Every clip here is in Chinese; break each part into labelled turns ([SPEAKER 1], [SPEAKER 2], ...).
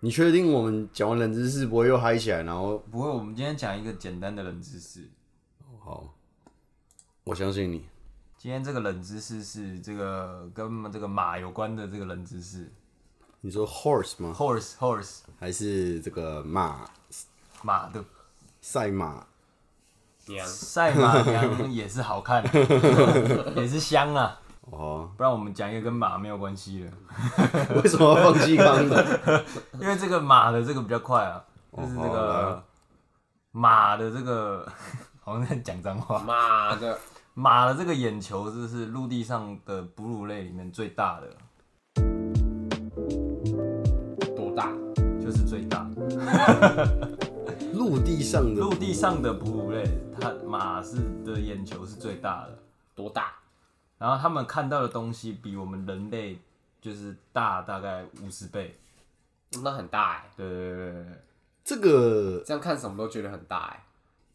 [SPEAKER 1] 你确定我们讲完冷知识不会又嗨起来？然后
[SPEAKER 2] 不会，我们今天讲一个简单的冷知识。
[SPEAKER 1] 好，我相信你。
[SPEAKER 2] 今天这个冷知识是这个跟这个马有关的这个冷知识
[SPEAKER 1] 你说 horse 吗？
[SPEAKER 2] ，horse horse
[SPEAKER 1] 还是这个马
[SPEAKER 2] 马的
[SPEAKER 1] 赛马？
[SPEAKER 3] 娘，
[SPEAKER 2] 赛马娘也是好看， 也是香啊。
[SPEAKER 1] 哦，
[SPEAKER 2] 不然我们讲一个跟马没有关系的，
[SPEAKER 1] 为什么要放弃刚 的？
[SPEAKER 2] 因为这个马的这个比较快啊，就是这
[SPEAKER 1] 好
[SPEAKER 2] 个
[SPEAKER 1] 的
[SPEAKER 2] 马的这个 好像在讲脏话，
[SPEAKER 3] 妈的，
[SPEAKER 2] 马的这个眼球就是陆地上的哺乳类里面最大的，
[SPEAKER 3] 多大？
[SPEAKER 2] 就是最大。
[SPEAKER 1] 陆地上的
[SPEAKER 2] 陆地上的哺乳类，它马是的眼球是最大的，
[SPEAKER 3] 多大？
[SPEAKER 2] 然后它们看到的东西比我们人类就是大大概五十倍。
[SPEAKER 3] 那很大哎、
[SPEAKER 2] 对对对对对，
[SPEAKER 1] 这个，
[SPEAKER 3] 这样看什么都觉得很大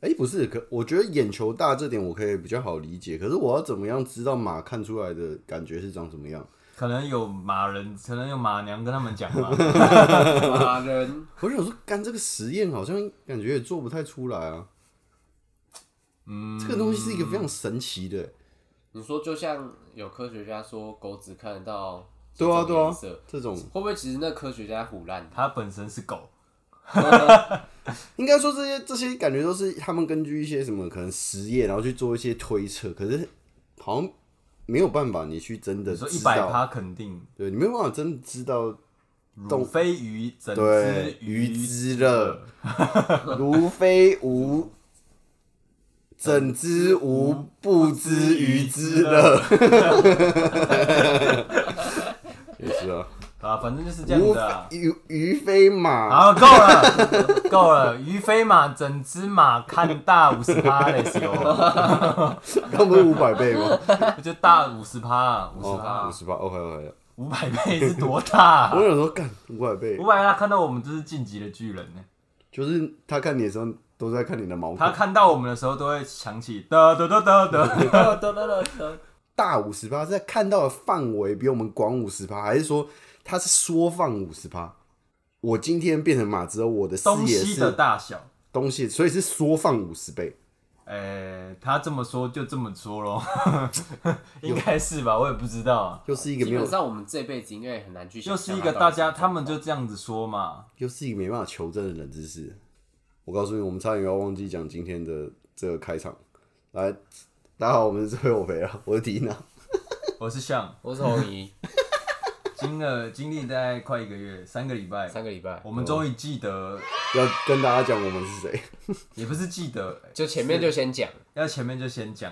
[SPEAKER 3] 哎、
[SPEAKER 1] 哎、不是，可我觉得眼球大这点我可以比较好理解，可是我要怎么样知道马看出来的感觉是长什么样？
[SPEAKER 2] 可能有马人，可能有马娘跟他们讲嘛。
[SPEAKER 3] 马人，
[SPEAKER 1] 我想说，干这个实验好像感觉也做不太出来啊。
[SPEAKER 2] 嗯，
[SPEAKER 1] 这个东西是一个非常神奇的、
[SPEAKER 3] 你说就像有科学家说狗只看得到
[SPEAKER 1] 对啊对啊
[SPEAKER 3] 颜色，
[SPEAKER 1] 这种
[SPEAKER 3] 会不会其实那科学家胡乱 的？
[SPEAKER 2] 它本身是狗，
[SPEAKER 1] 应该说这些这些感觉都是他们根据一些什么可能实验，然后去做一些推测，可是好像没有办法你去真的
[SPEAKER 2] 你说一
[SPEAKER 1] 知
[SPEAKER 2] 百
[SPEAKER 1] 道，
[SPEAKER 2] 趴肯定，
[SPEAKER 1] 对你没有办法真的知道，
[SPEAKER 2] 乳
[SPEAKER 1] 动
[SPEAKER 2] 非鱼，整只
[SPEAKER 1] 对
[SPEAKER 2] 鱼
[SPEAKER 1] 鱼之乐，如非无。整之无不知鱼之乐，也是啊，
[SPEAKER 2] 啊，反正就是这样
[SPEAKER 1] 无
[SPEAKER 2] 子啊。
[SPEAKER 1] 鱼鱼非马，
[SPEAKER 2] 好，够了，够了。鱼飞马，整只马看大五十趴嘞，是哦，
[SPEAKER 1] 刚不是五百倍吗？
[SPEAKER 2] 就大五十趴，五十
[SPEAKER 1] 哦，
[SPEAKER 2] 趴
[SPEAKER 1] 五，十八，OK OK。
[SPEAKER 2] 五百倍是多大、
[SPEAKER 1] 我有时候干五百倍
[SPEAKER 2] 五，百倍，他看到我们就是晋级的巨人呢。
[SPEAKER 1] 就是他看你的时候都在看你的毛
[SPEAKER 2] 他
[SPEAKER 1] 孔。
[SPEAKER 2] 看到我们的时候都会想起得得得得 得，
[SPEAKER 3] 得得得得，
[SPEAKER 1] 大五十趴是在看到的范围比我们广五十趴，还是说他是缩放五十趴？我今天变成马之后，我的视
[SPEAKER 2] 东
[SPEAKER 1] 野
[SPEAKER 2] 西的
[SPEAKER 1] 是
[SPEAKER 2] 大小。
[SPEAKER 1] 东西，所以是缩放五十倍。
[SPEAKER 2] 呃、他这么说就这么说咯， 应该是吧？我也不知道、啊，
[SPEAKER 1] 又是一个
[SPEAKER 3] 基
[SPEAKER 1] 没
[SPEAKER 3] 本
[SPEAKER 1] 有，
[SPEAKER 3] 上我们这辈子应该也很难去
[SPEAKER 2] 就
[SPEAKER 3] 想
[SPEAKER 2] 是
[SPEAKER 3] 象
[SPEAKER 2] 一
[SPEAKER 3] 它到底什么
[SPEAKER 2] 个
[SPEAKER 3] 状况。
[SPEAKER 2] 大家他们就这样子说嘛。
[SPEAKER 1] 又是一个没办法求证的冷知识。我告诉你，我们差点要忘记讲今天的这个开场。来，大家好，我们是最后肥啊，我是迪娜。
[SPEAKER 2] 我是像
[SPEAKER 3] 我是红姨，
[SPEAKER 2] 经了经历大概快一个月，三个礼拜，
[SPEAKER 3] 三个礼拜
[SPEAKER 2] 我们终于记得，
[SPEAKER 1] 要跟大家讲我们是谁。
[SPEAKER 2] 也不是记得，
[SPEAKER 3] 就前面就先讲，
[SPEAKER 2] 要前面就先讲，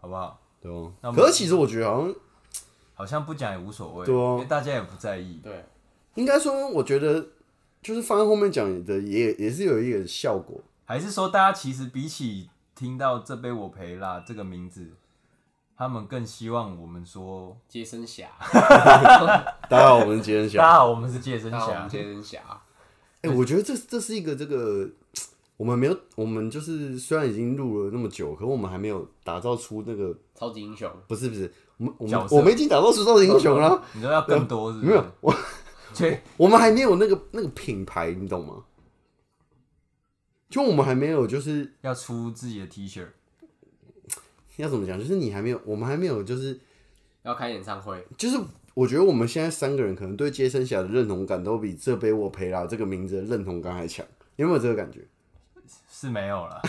[SPEAKER 2] 好不好？
[SPEAKER 1] 对哦
[SPEAKER 2] 那我，们
[SPEAKER 1] 可是其实我觉得好像
[SPEAKER 2] 好像不讲也无所谓，
[SPEAKER 1] 对啊
[SPEAKER 2] 因为大家也不在意。
[SPEAKER 3] 对，
[SPEAKER 1] 应该说，我觉得就是放在后面讲的也也是有一点效果。
[SPEAKER 2] 还是说，大家其实比起听到“这杯我陪啦”这个名字，他们更希望我们说
[SPEAKER 3] 接生侠，
[SPEAKER 1] 大家好，我们杰恩
[SPEAKER 2] “大
[SPEAKER 1] 侠。
[SPEAKER 2] 家好，我们是健身
[SPEAKER 3] 那我
[SPEAKER 2] 侠
[SPEAKER 3] 们接生侠，
[SPEAKER 1] 哎、我觉得这这是一个这个，我们没有，我们就是虽然已经录了那么久，可我们还没有打造出那个
[SPEAKER 3] 超级英雄，
[SPEAKER 1] 不是不是，我们我
[SPEAKER 2] 角
[SPEAKER 1] 们
[SPEAKER 2] 色
[SPEAKER 1] 我们已经打造出超级英雄了，”，
[SPEAKER 2] 你说要更多是不是？
[SPEAKER 1] 没有， 我
[SPEAKER 2] 切，
[SPEAKER 1] 我们还没有那个那个品牌，你懂吗？就我们还没有，就是
[SPEAKER 2] 要出自己的 T 恤，
[SPEAKER 1] 要怎么讲，就是你还没有，我们还没有，就是
[SPEAKER 3] 要开演唱会，
[SPEAKER 1] 就是我觉得我们现在三个人可能对接生侠的认同感都比这杯我陪啦这个名字的认同感还强，你有没有这个感觉？
[SPEAKER 2] 是没有 了。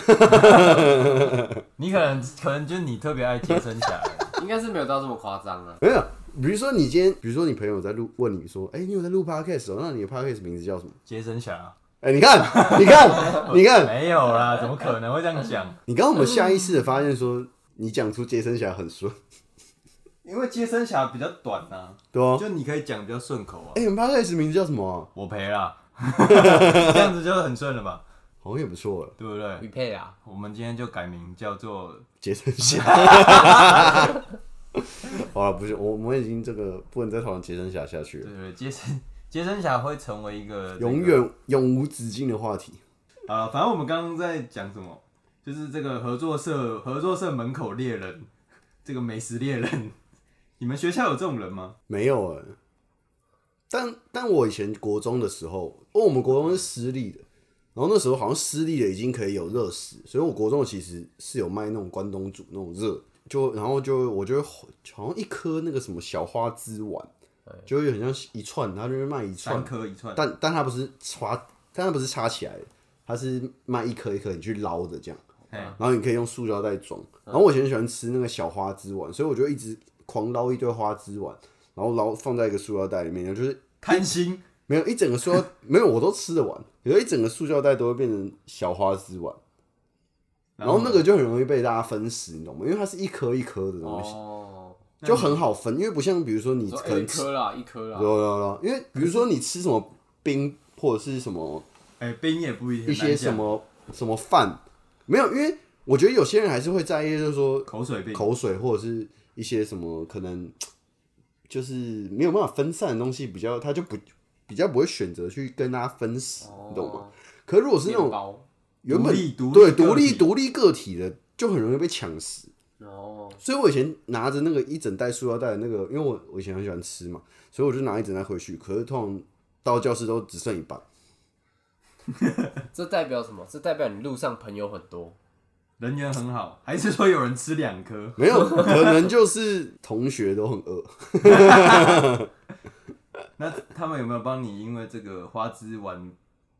[SPEAKER 2] 你可能可能就是你特别爱健身侠而已，
[SPEAKER 3] 应该是没有到这么夸张啊。
[SPEAKER 1] 没有，比如说你今天，比如说你朋友在录问你说，哎、你有在录 podcast 哦？那你的 podcast 名字叫什么？
[SPEAKER 2] 健身侠
[SPEAKER 1] 哎、你看， 你看，你看，
[SPEAKER 2] 没有啦，怎么可能会这样讲？
[SPEAKER 1] 你刚刚我们下意识的发现说，你讲出接生侠很顺，
[SPEAKER 2] 因为接生侠比较短啊，
[SPEAKER 1] 对哦、
[SPEAKER 2] 就你可以讲比较顺口啊。
[SPEAKER 1] 哎、你们 podcast 名字叫什么啊、
[SPEAKER 2] 我赔 啦，这样子就很顺了吧，
[SPEAKER 1] 好像也不错哎，
[SPEAKER 2] 对不对？
[SPEAKER 3] 玉佩啊，
[SPEAKER 2] 我们今天就改名叫做
[SPEAKER 1] 接生侠。 好了，不是，我我们已经这个不能再讨论接生侠下去
[SPEAKER 2] 对
[SPEAKER 1] 了，
[SPEAKER 2] 对对，接生接生侠会成为一个、
[SPEAKER 1] 永远永无止境的话题。
[SPEAKER 2] 啊、反正我们刚刚在讲什么，就是这个合作社合作社门口猎人，这个美食猎人，你们学校有这种人吗？
[SPEAKER 1] 没有哎、欸但但我以前国中的时候，因为我们国中是私立的，然后那时候好像私立的已经可以有热食，所以我国中其实是有卖那种关东煮那种热，就然后就我就会好像一颗那个什么小花枝丸，就会很像一串，它就是卖一串
[SPEAKER 2] 哎三，颗一串，
[SPEAKER 1] 但但它不是插，但它不是插起来的，它是卖一颗一颗你去捞的这样，
[SPEAKER 2] 嘿
[SPEAKER 1] 然后你可以用塑胶袋装。然后我以前喜欢吃那个小花枝丸，所以我就一直狂捞一堆花枝丸，然后捞放在一个塑料袋里面，然后就是
[SPEAKER 2] 贪心
[SPEAKER 1] 没有一整个塑料， 没有我都吃得完，有一整个塑胶袋都会变成小花枝丸，
[SPEAKER 3] 嗯
[SPEAKER 1] 然后那个就很容易被大家分食，你懂吗？因为它是一颗一颗的东西，
[SPEAKER 3] 哦，
[SPEAKER 1] 就很好分，因为不像比如说你
[SPEAKER 3] 说
[SPEAKER 1] 可
[SPEAKER 3] 哎一
[SPEAKER 1] 能吃，
[SPEAKER 3] 颗啦，一颗啦
[SPEAKER 1] 有，有有，因为比如说你吃什么冰或者是什么。
[SPEAKER 2] 哎冰也不一定
[SPEAKER 1] 一
[SPEAKER 2] 很难
[SPEAKER 1] 些什
[SPEAKER 2] 讲
[SPEAKER 1] 么什么饭，没有，因为我觉得有些人还是会在意，就是说
[SPEAKER 2] 口水病，
[SPEAKER 1] 口水或者是一些什么可能就是没有办法分散的东西，比较他就不比较不会选择去跟大家分食，你懂吗？
[SPEAKER 3] 哦？
[SPEAKER 1] 可如果是那
[SPEAKER 3] 面
[SPEAKER 1] 种
[SPEAKER 3] 包
[SPEAKER 1] 原本
[SPEAKER 2] 独立独立
[SPEAKER 1] 对
[SPEAKER 2] 个体
[SPEAKER 1] 独立独立个体的，就很容易被抢食。
[SPEAKER 3] 哦，
[SPEAKER 1] 所以我以前拿着那个一整袋塑料袋的那个，因为我我以前很喜欢吃嘛，所以我就拿一整袋回去。可是通常到教室都只剩一半，
[SPEAKER 3] 这代表什么？这代表你路上朋友很多，
[SPEAKER 2] 人缘很好，还是说有人吃两颗？
[SPEAKER 1] 没 有，可能就是同学都很饿。
[SPEAKER 2] 那他们有没有帮你因为这个花枝丸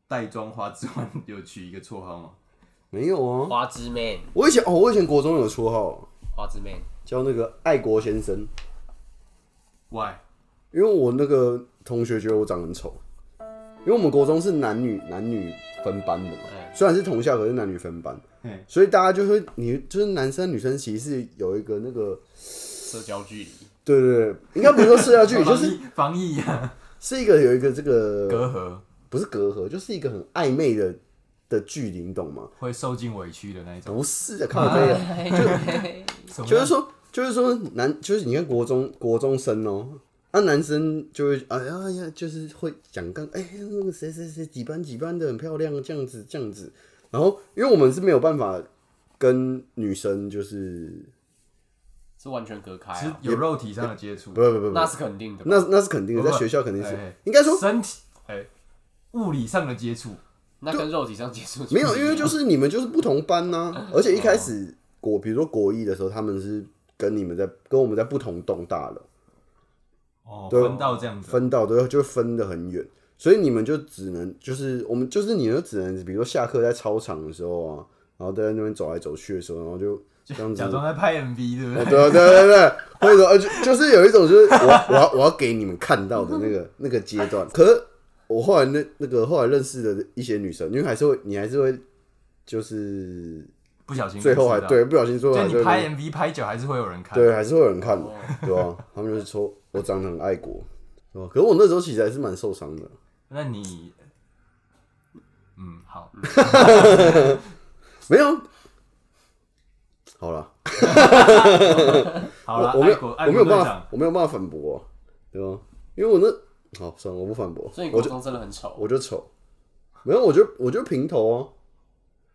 [SPEAKER 2] 袋装花枝丸有取一个绰号吗？
[SPEAKER 1] 没有啊，
[SPEAKER 3] 花枝 man，
[SPEAKER 1] 我以前哦，我以前国中有绰号
[SPEAKER 3] 花枝 man，
[SPEAKER 1] 叫那个爱国先生，
[SPEAKER 2] 喂，
[SPEAKER 1] 因为我那个同学觉得我长得很丑，因为我们国中是男女男女分班的嘛，
[SPEAKER 3] 哎
[SPEAKER 1] 虽然是同校，可是男女分班
[SPEAKER 2] 嘿，
[SPEAKER 1] 所以大家就会你就是男生女生其实是有一个那个
[SPEAKER 3] 社交距离，
[SPEAKER 1] 对对对，应该不是说社交 距离，就
[SPEAKER 2] 防
[SPEAKER 1] 是
[SPEAKER 2] 疫防疫啊，
[SPEAKER 1] 是一个有一个这个
[SPEAKER 2] 隔阂
[SPEAKER 1] 不是隔阂，就是一个很暧昧的的距离，你懂吗？
[SPEAKER 2] 会受尽委屈的那一种。
[SPEAKER 1] 不是啊，靠背啊。
[SPEAKER 2] 什么
[SPEAKER 1] 就是说，就是说男，就是你看国中国中生哦、那、男生就会哎呀哎呀，就是会讲干，哎、那个谁谁谁几班几班的很漂亮，这样子这样子。然后因为我们是没有办法跟女生，就是
[SPEAKER 3] 是完全隔开
[SPEAKER 2] 其实
[SPEAKER 3] 啊，
[SPEAKER 2] 有肉体上的接触
[SPEAKER 1] 不，不不不，
[SPEAKER 3] 那是肯定的吧。
[SPEAKER 1] 那那是肯定
[SPEAKER 2] 不
[SPEAKER 1] 的，
[SPEAKER 2] 不
[SPEAKER 1] 在学校肯定是
[SPEAKER 2] 哎
[SPEAKER 1] 应该说
[SPEAKER 2] 身体哎物理上的接触，
[SPEAKER 3] 那跟肉体上接触
[SPEAKER 1] 没有，因为就是你们就是不同班呐、
[SPEAKER 2] 哦
[SPEAKER 1] 而且一开始国，比如说国一的时候，他们是跟你们在跟我们在不同栋大楼。
[SPEAKER 2] 哦，
[SPEAKER 1] 对
[SPEAKER 2] 分到这样子，
[SPEAKER 1] 分到都就分得很远，所以你们就只能就是我们就是你们就只能，比如说下课在操场的时候啊，然后在那边走来走去的时候，然后就这样子，
[SPEAKER 2] 假
[SPEAKER 1] 哦
[SPEAKER 2] 装在拍 MV，对不
[SPEAKER 1] 对啊
[SPEAKER 2] 对？
[SPEAKER 1] 对对对，或者说呃就就是有一种就是我我要我要给你们看到的那个那个阶段。可是我后来那那个后来认识的一些女生，因为还是会你还是会就是
[SPEAKER 2] 不小心
[SPEAKER 1] 最后还
[SPEAKER 2] 知道，
[SPEAKER 1] 对不小心最后
[SPEAKER 2] 就
[SPEAKER 1] 还是
[SPEAKER 2] 你拍
[SPEAKER 1] 会
[SPEAKER 2] MV 拍久还是会有人看。哦
[SPEAKER 1] 对还是会有人看的，对吧、他们就是说我长得很爱国，对吧？可是我那时候其实还是蛮受伤的。
[SPEAKER 2] 那你，嗯，好，
[SPEAKER 1] 没有。好了，
[SPEAKER 2] 好了，
[SPEAKER 1] 我我没
[SPEAKER 2] 爱
[SPEAKER 1] 有
[SPEAKER 2] 国
[SPEAKER 1] 我
[SPEAKER 2] 爱
[SPEAKER 1] 没
[SPEAKER 2] 国
[SPEAKER 1] 有
[SPEAKER 2] 队
[SPEAKER 1] 办
[SPEAKER 2] 长
[SPEAKER 1] 法，我没有办法反驳、对吧？因为我那好算了，我不反驳
[SPEAKER 3] 所以，你
[SPEAKER 1] 我
[SPEAKER 3] 国
[SPEAKER 1] 就
[SPEAKER 3] 中真的很丑，啊
[SPEAKER 1] 我就丑，没有，我就我就平头哦、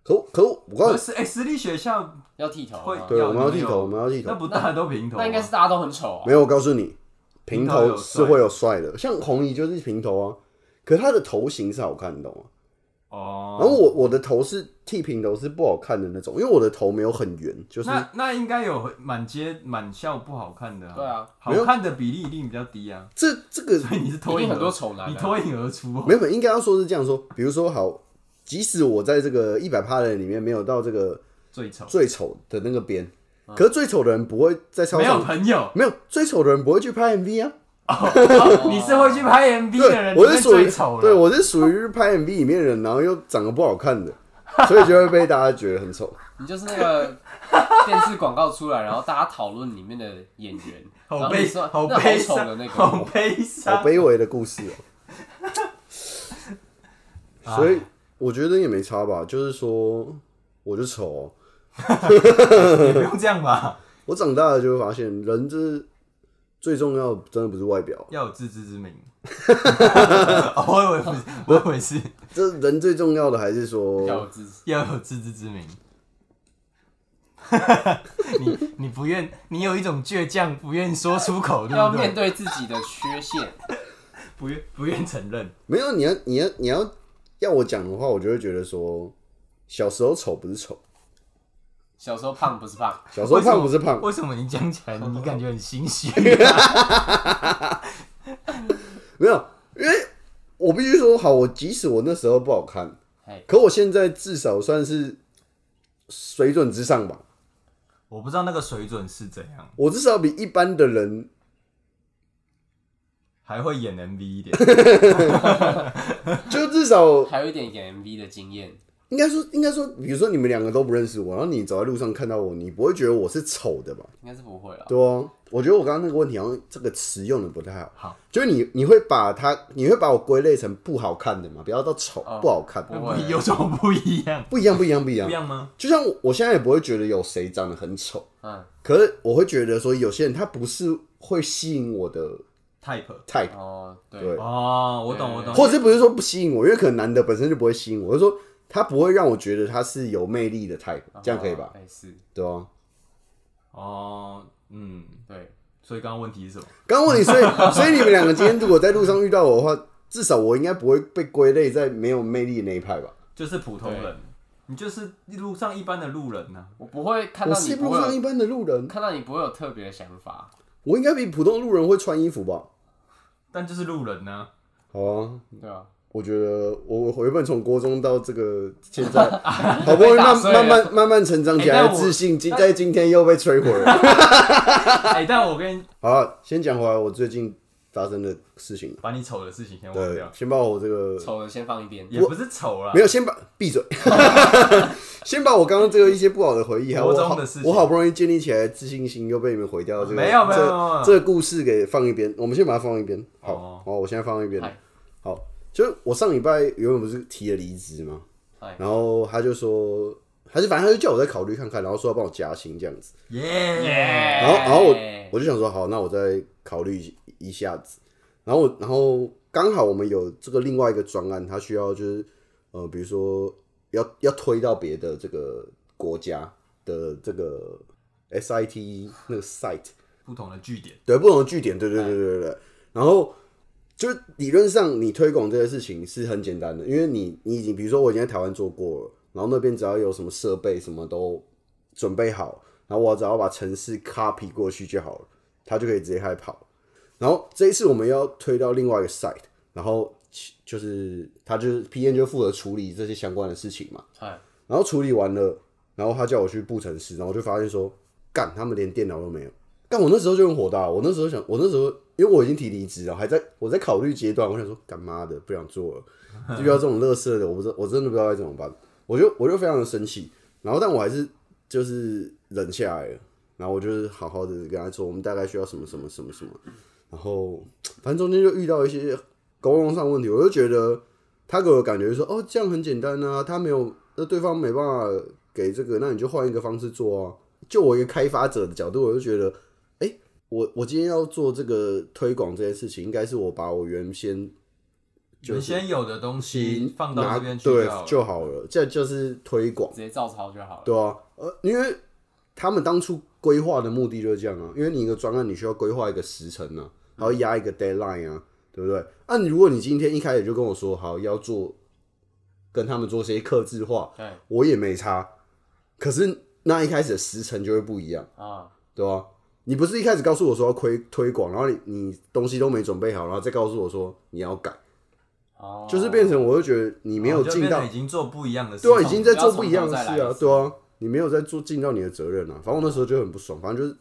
[SPEAKER 1] 可可我告诉
[SPEAKER 2] 可
[SPEAKER 1] 你，
[SPEAKER 2] 是哎，私立学校
[SPEAKER 3] 要剃头
[SPEAKER 2] 会
[SPEAKER 3] 吗？
[SPEAKER 1] 对，我们要
[SPEAKER 2] 要
[SPEAKER 1] 剃
[SPEAKER 2] 你
[SPEAKER 1] 头，
[SPEAKER 2] 有
[SPEAKER 1] 我们要剃
[SPEAKER 2] 那
[SPEAKER 1] 头，
[SPEAKER 2] 不大家都平头吗，啊
[SPEAKER 3] 那应该是大家都很丑啊
[SPEAKER 1] 没。有，我告诉你，平
[SPEAKER 2] 平头有
[SPEAKER 1] 头是会有帅的，像红姨就是平头啊，可是她的头型是好看的，你懂吗？然后
[SPEAKER 2] 哦。
[SPEAKER 1] 我我的头是剃平头是不好看的那种，因为我的头没有很圆，就是
[SPEAKER 2] 那那应该有满街满校不好看的、
[SPEAKER 3] 对啊，
[SPEAKER 2] 好看的比例一定比较低啊，
[SPEAKER 1] 这这个
[SPEAKER 2] 所以你是脱
[SPEAKER 3] 一
[SPEAKER 2] 颖
[SPEAKER 3] 定
[SPEAKER 2] 而
[SPEAKER 3] 很多丑男
[SPEAKER 2] 你
[SPEAKER 3] 啊，
[SPEAKER 2] 脱颖而出、哦。
[SPEAKER 1] 没有，没有应该要说是这样说，比如说好，即使我在这个一百趴的人里面没有到这个
[SPEAKER 2] 最丑，
[SPEAKER 1] 最丑的那个边，可是最丑的人不会在操
[SPEAKER 2] 嗯没有
[SPEAKER 1] 场，
[SPEAKER 2] 朋友，
[SPEAKER 1] 没有最丑的人不会去拍 MV 啊。
[SPEAKER 2] 你是会去拍 MV 的人，
[SPEAKER 1] 对，我
[SPEAKER 2] 你
[SPEAKER 1] 是
[SPEAKER 2] 是
[SPEAKER 1] 属于
[SPEAKER 2] 最丑
[SPEAKER 1] 对
[SPEAKER 2] 了。
[SPEAKER 1] 我是属于拍 MV 里面的人，然后又长得不好看 的，所以就会被大家觉得很丑。
[SPEAKER 3] 你就是那个电视广告出来，然后大家讨论里面的演员，然
[SPEAKER 2] 好
[SPEAKER 3] 后你
[SPEAKER 2] 悲，
[SPEAKER 3] 说
[SPEAKER 2] 好
[SPEAKER 3] 那
[SPEAKER 2] 悲
[SPEAKER 3] 丑的
[SPEAKER 2] 伤，
[SPEAKER 3] 那
[SPEAKER 2] 好
[SPEAKER 3] 个，
[SPEAKER 2] 悲
[SPEAKER 1] 好
[SPEAKER 2] 伤。
[SPEAKER 1] 卑微的故事 哦、
[SPEAKER 2] 哎
[SPEAKER 1] 所以我觉得也没差吧，就是说我就丑哦、
[SPEAKER 2] 也不用这样吧，
[SPEAKER 1] 我长大了就会发现，人就是最重要的真的不是外表，啊
[SPEAKER 2] 要有自知 之明。哦我以为不是，我以为是
[SPEAKER 1] 这人最重要的还是说
[SPEAKER 3] 要有自知，
[SPEAKER 2] 要有自知之明。 你你不愿，你有一种倔强，不愿说出口，对
[SPEAKER 3] 要
[SPEAKER 2] 不
[SPEAKER 3] 面
[SPEAKER 2] 对？
[SPEAKER 3] 对自己的缺陷。
[SPEAKER 2] 不愿不愿承认。
[SPEAKER 1] 没有，你要你要你要要我讲的话，我就会觉得说，小时候丑不是丑，
[SPEAKER 3] 小时候胖不是胖，
[SPEAKER 1] 小时候胖不是胖，
[SPEAKER 2] 为什么你讲起来你感觉很心 虚？
[SPEAKER 1] 没有，因为我必须说好，我即使我那时候不好看
[SPEAKER 3] 哎，
[SPEAKER 1] 可我现在至少算是水准之上吧，
[SPEAKER 2] 我不知道那个水准是怎样，
[SPEAKER 1] 我至少比一般的人
[SPEAKER 2] 还会演 MV 一 点。
[SPEAKER 1] 就至 少
[SPEAKER 3] 还有一点演 MV 的经验。
[SPEAKER 1] 应该说，应该说，比如说你们两个都不认识我，然后你走在路上看到我，你不会觉得我是丑的吧？
[SPEAKER 3] 应该是不会了。
[SPEAKER 1] 对啊，我觉得我刚刚那个问题好像这个词用的不太好。
[SPEAKER 2] 好，
[SPEAKER 1] 就是你你会把它，你会把我归类成不好看的嘛？不要到丑、
[SPEAKER 3] 哦
[SPEAKER 1] 不好看，
[SPEAKER 3] 不会
[SPEAKER 2] 有什么不一 样？
[SPEAKER 1] 不一样，不一样，不一
[SPEAKER 2] 不
[SPEAKER 1] 样
[SPEAKER 2] 一。样吗？
[SPEAKER 1] 就像我我现在也不会觉得有谁长得很丑，
[SPEAKER 3] 嗯，
[SPEAKER 1] 可是我会觉得说有些人他不是会吸引我的
[SPEAKER 2] type
[SPEAKER 1] type，
[SPEAKER 3] 哦，对
[SPEAKER 1] 对，
[SPEAKER 2] 哦，我懂我懂，
[SPEAKER 1] 或者不是说不吸引我，因为可能男的本身就不会吸引我，我就是说他不会让我觉得他是有魅力的 type，这样可以吧？
[SPEAKER 3] 哎，是，
[SPEAKER 1] 对啊。
[SPEAKER 2] 哦，嗯，
[SPEAKER 3] 对，
[SPEAKER 2] 所以刚刚问题是什么？
[SPEAKER 1] 刚问你，所以 所以你们两个今天如果在路上遇到我的话，至少我应该不会被归类在没有魅力的那一派吧？
[SPEAKER 2] 就是普通人，你就是路上一般的路人呐、
[SPEAKER 3] 我不会看
[SPEAKER 1] 我
[SPEAKER 3] 到你
[SPEAKER 1] 是
[SPEAKER 3] 不
[SPEAKER 1] 路
[SPEAKER 3] 会
[SPEAKER 1] 上一
[SPEAKER 3] 有
[SPEAKER 1] 般的路人，
[SPEAKER 3] 看到你不会有特别的想法。
[SPEAKER 1] 我应该比普通路人会穿衣服吧？
[SPEAKER 2] 但就是路人呐、
[SPEAKER 1] 好啊，
[SPEAKER 3] 对啊，
[SPEAKER 1] 我觉得我我原本从国中到这个现 在，好不容易慢
[SPEAKER 3] 被打碎了
[SPEAKER 1] 慢慢慢慢成长起
[SPEAKER 2] 哎
[SPEAKER 1] 来
[SPEAKER 2] 但
[SPEAKER 1] 的
[SPEAKER 2] 我
[SPEAKER 1] 自信，今在今天又被摧毁了。
[SPEAKER 2] 哎、但我跟你
[SPEAKER 1] 好啊，先讲回来我最近发生的事情。
[SPEAKER 2] 把你丑的事情先忘
[SPEAKER 1] 对
[SPEAKER 2] 掉，，
[SPEAKER 1] 先把我这个
[SPEAKER 3] 丑的先放一
[SPEAKER 1] 嗯
[SPEAKER 3] 边。
[SPEAKER 2] 也不是丑啦
[SPEAKER 1] 没，有，先把闭嘴， 先把我刚刚这个一些不好的回忆，还有
[SPEAKER 2] 国
[SPEAKER 1] 我
[SPEAKER 2] 中
[SPEAKER 1] 好
[SPEAKER 2] 的事情
[SPEAKER 1] 我好不容易建立起来的自信心又被你们毁掉，这个
[SPEAKER 2] 没有没有
[SPEAKER 1] 这
[SPEAKER 2] 没有没有
[SPEAKER 1] 这个故事给放一边，我们先把它放一边。
[SPEAKER 2] 哦
[SPEAKER 1] 好，好，我现在放一边
[SPEAKER 3] 嗨。
[SPEAKER 1] 好，就是我上礼拜原本不是提了离职吗
[SPEAKER 3] 嗨？
[SPEAKER 1] 然后他就说，还是反正他就叫我再考虑看看，然后说要帮我加薪这样子。
[SPEAKER 2] 耶、
[SPEAKER 3] 耶
[SPEAKER 1] 然后，然后我
[SPEAKER 3] 哎
[SPEAKER 1] 我就想说，好，那我再考虑一一下子。然后我，然后刚好我们有这个另外一个专案，它需要就是呃，比如说要要推到别的这个国家的这个 SIT E 那个 site，
[SPEAKER 2] 不同的据点，
[SPEAKER 1] 对，不同的据点，对对对对对对。然后就理论上你推广这些事情是很简单的，因为你你已经比如说我已经在台湾做过了，然后那边只要有什么设备什么都准备好，然后我只要把城市 copy 过去就好了，它就可以直接开始跑。然后这一次我们要推到另外一个 site，然后其就是他就是 P N 就负责处理这些相关的事情嘛。
[SPEAKER 3] 哎，
[SPEAKER 1] 然后处理完了，然后他叫我去布城市，然后我就发现说，干，他们连电脑都没有。干，我那时候就很火大，我那时候想，我那时候因为我已经提离职了，还在我在考虑阶段，我想说，干妈的不想做了，遇到这种乐色的，我不知我真的不知道该怎么办，我就我就非常的生气，然后但我还是就是忍下来了，然后我就是好好的跟他说，我们大概需要什么什么什么什么，然后反正中间就遇到一些沟通上问题，我就觉得他给我的感觉就是说，哦，这样很简单啊，他没有，那对方没办法给这个，那你就换一个方式做啊。就我一个开发者的角度，我就觉得，哎、我我今天要做这个推广这件事情，应该是我把我原先
[SPEAKER 2] 原先有的东西放到
[SPEAKER 1] 拿
[SPEAKER 2] 这边去
[SPEAKER 1] 对
[SPEAKER 2] 好了
[SPEAKER 1] 就好了，这就是推广。
[SPEAKER 3] 直接照抄就好了。
[SPEAKER 1] 对啊，呃，因为他们当初规划的目的就是这样啊，因为你一个专案，你需要规划一个时程啊，然后压一个 deadline 啊，对不对？那、你如果你今天一开始就跟我说好要做，跟他们做些克制化，
[SPEAKER 3] 对
[SPEAKER 1] 我也没差，可是那一开始的时程就会不一样。
[SPEAKER 3] 啊，
[SPEAKER 1] 对吧、你不是一开始告诉我说要推推广，然后你你东西都没准备好，然后再告诉我说你要改，
[SPEAKER 3] 哦，
[SPEAKER 1] 就是变成我就觉得你没有
[SPEAKER 2] 哦就
[SPEAKER 1] 尽
[SPEAKER 2] 变
[SPEAKER 1] 到
[SPEAKER 2] 成已经做不一样的事情，
[SPEAKER 1] 对啊，已经在做不一样的
[SPEAKER 3] 不
[SPEAKER 1] 事
[SPEAKER 3] 要
[SPEAKER 1] 啊
[SPEAKER 3] 从头，再
[SPEAKER 1] 对
[SPEAKER 3] 来
[SPEAKER 1] 啊，你没有在做尽到你的责任啊。反正我那时候就很不爽，反正就是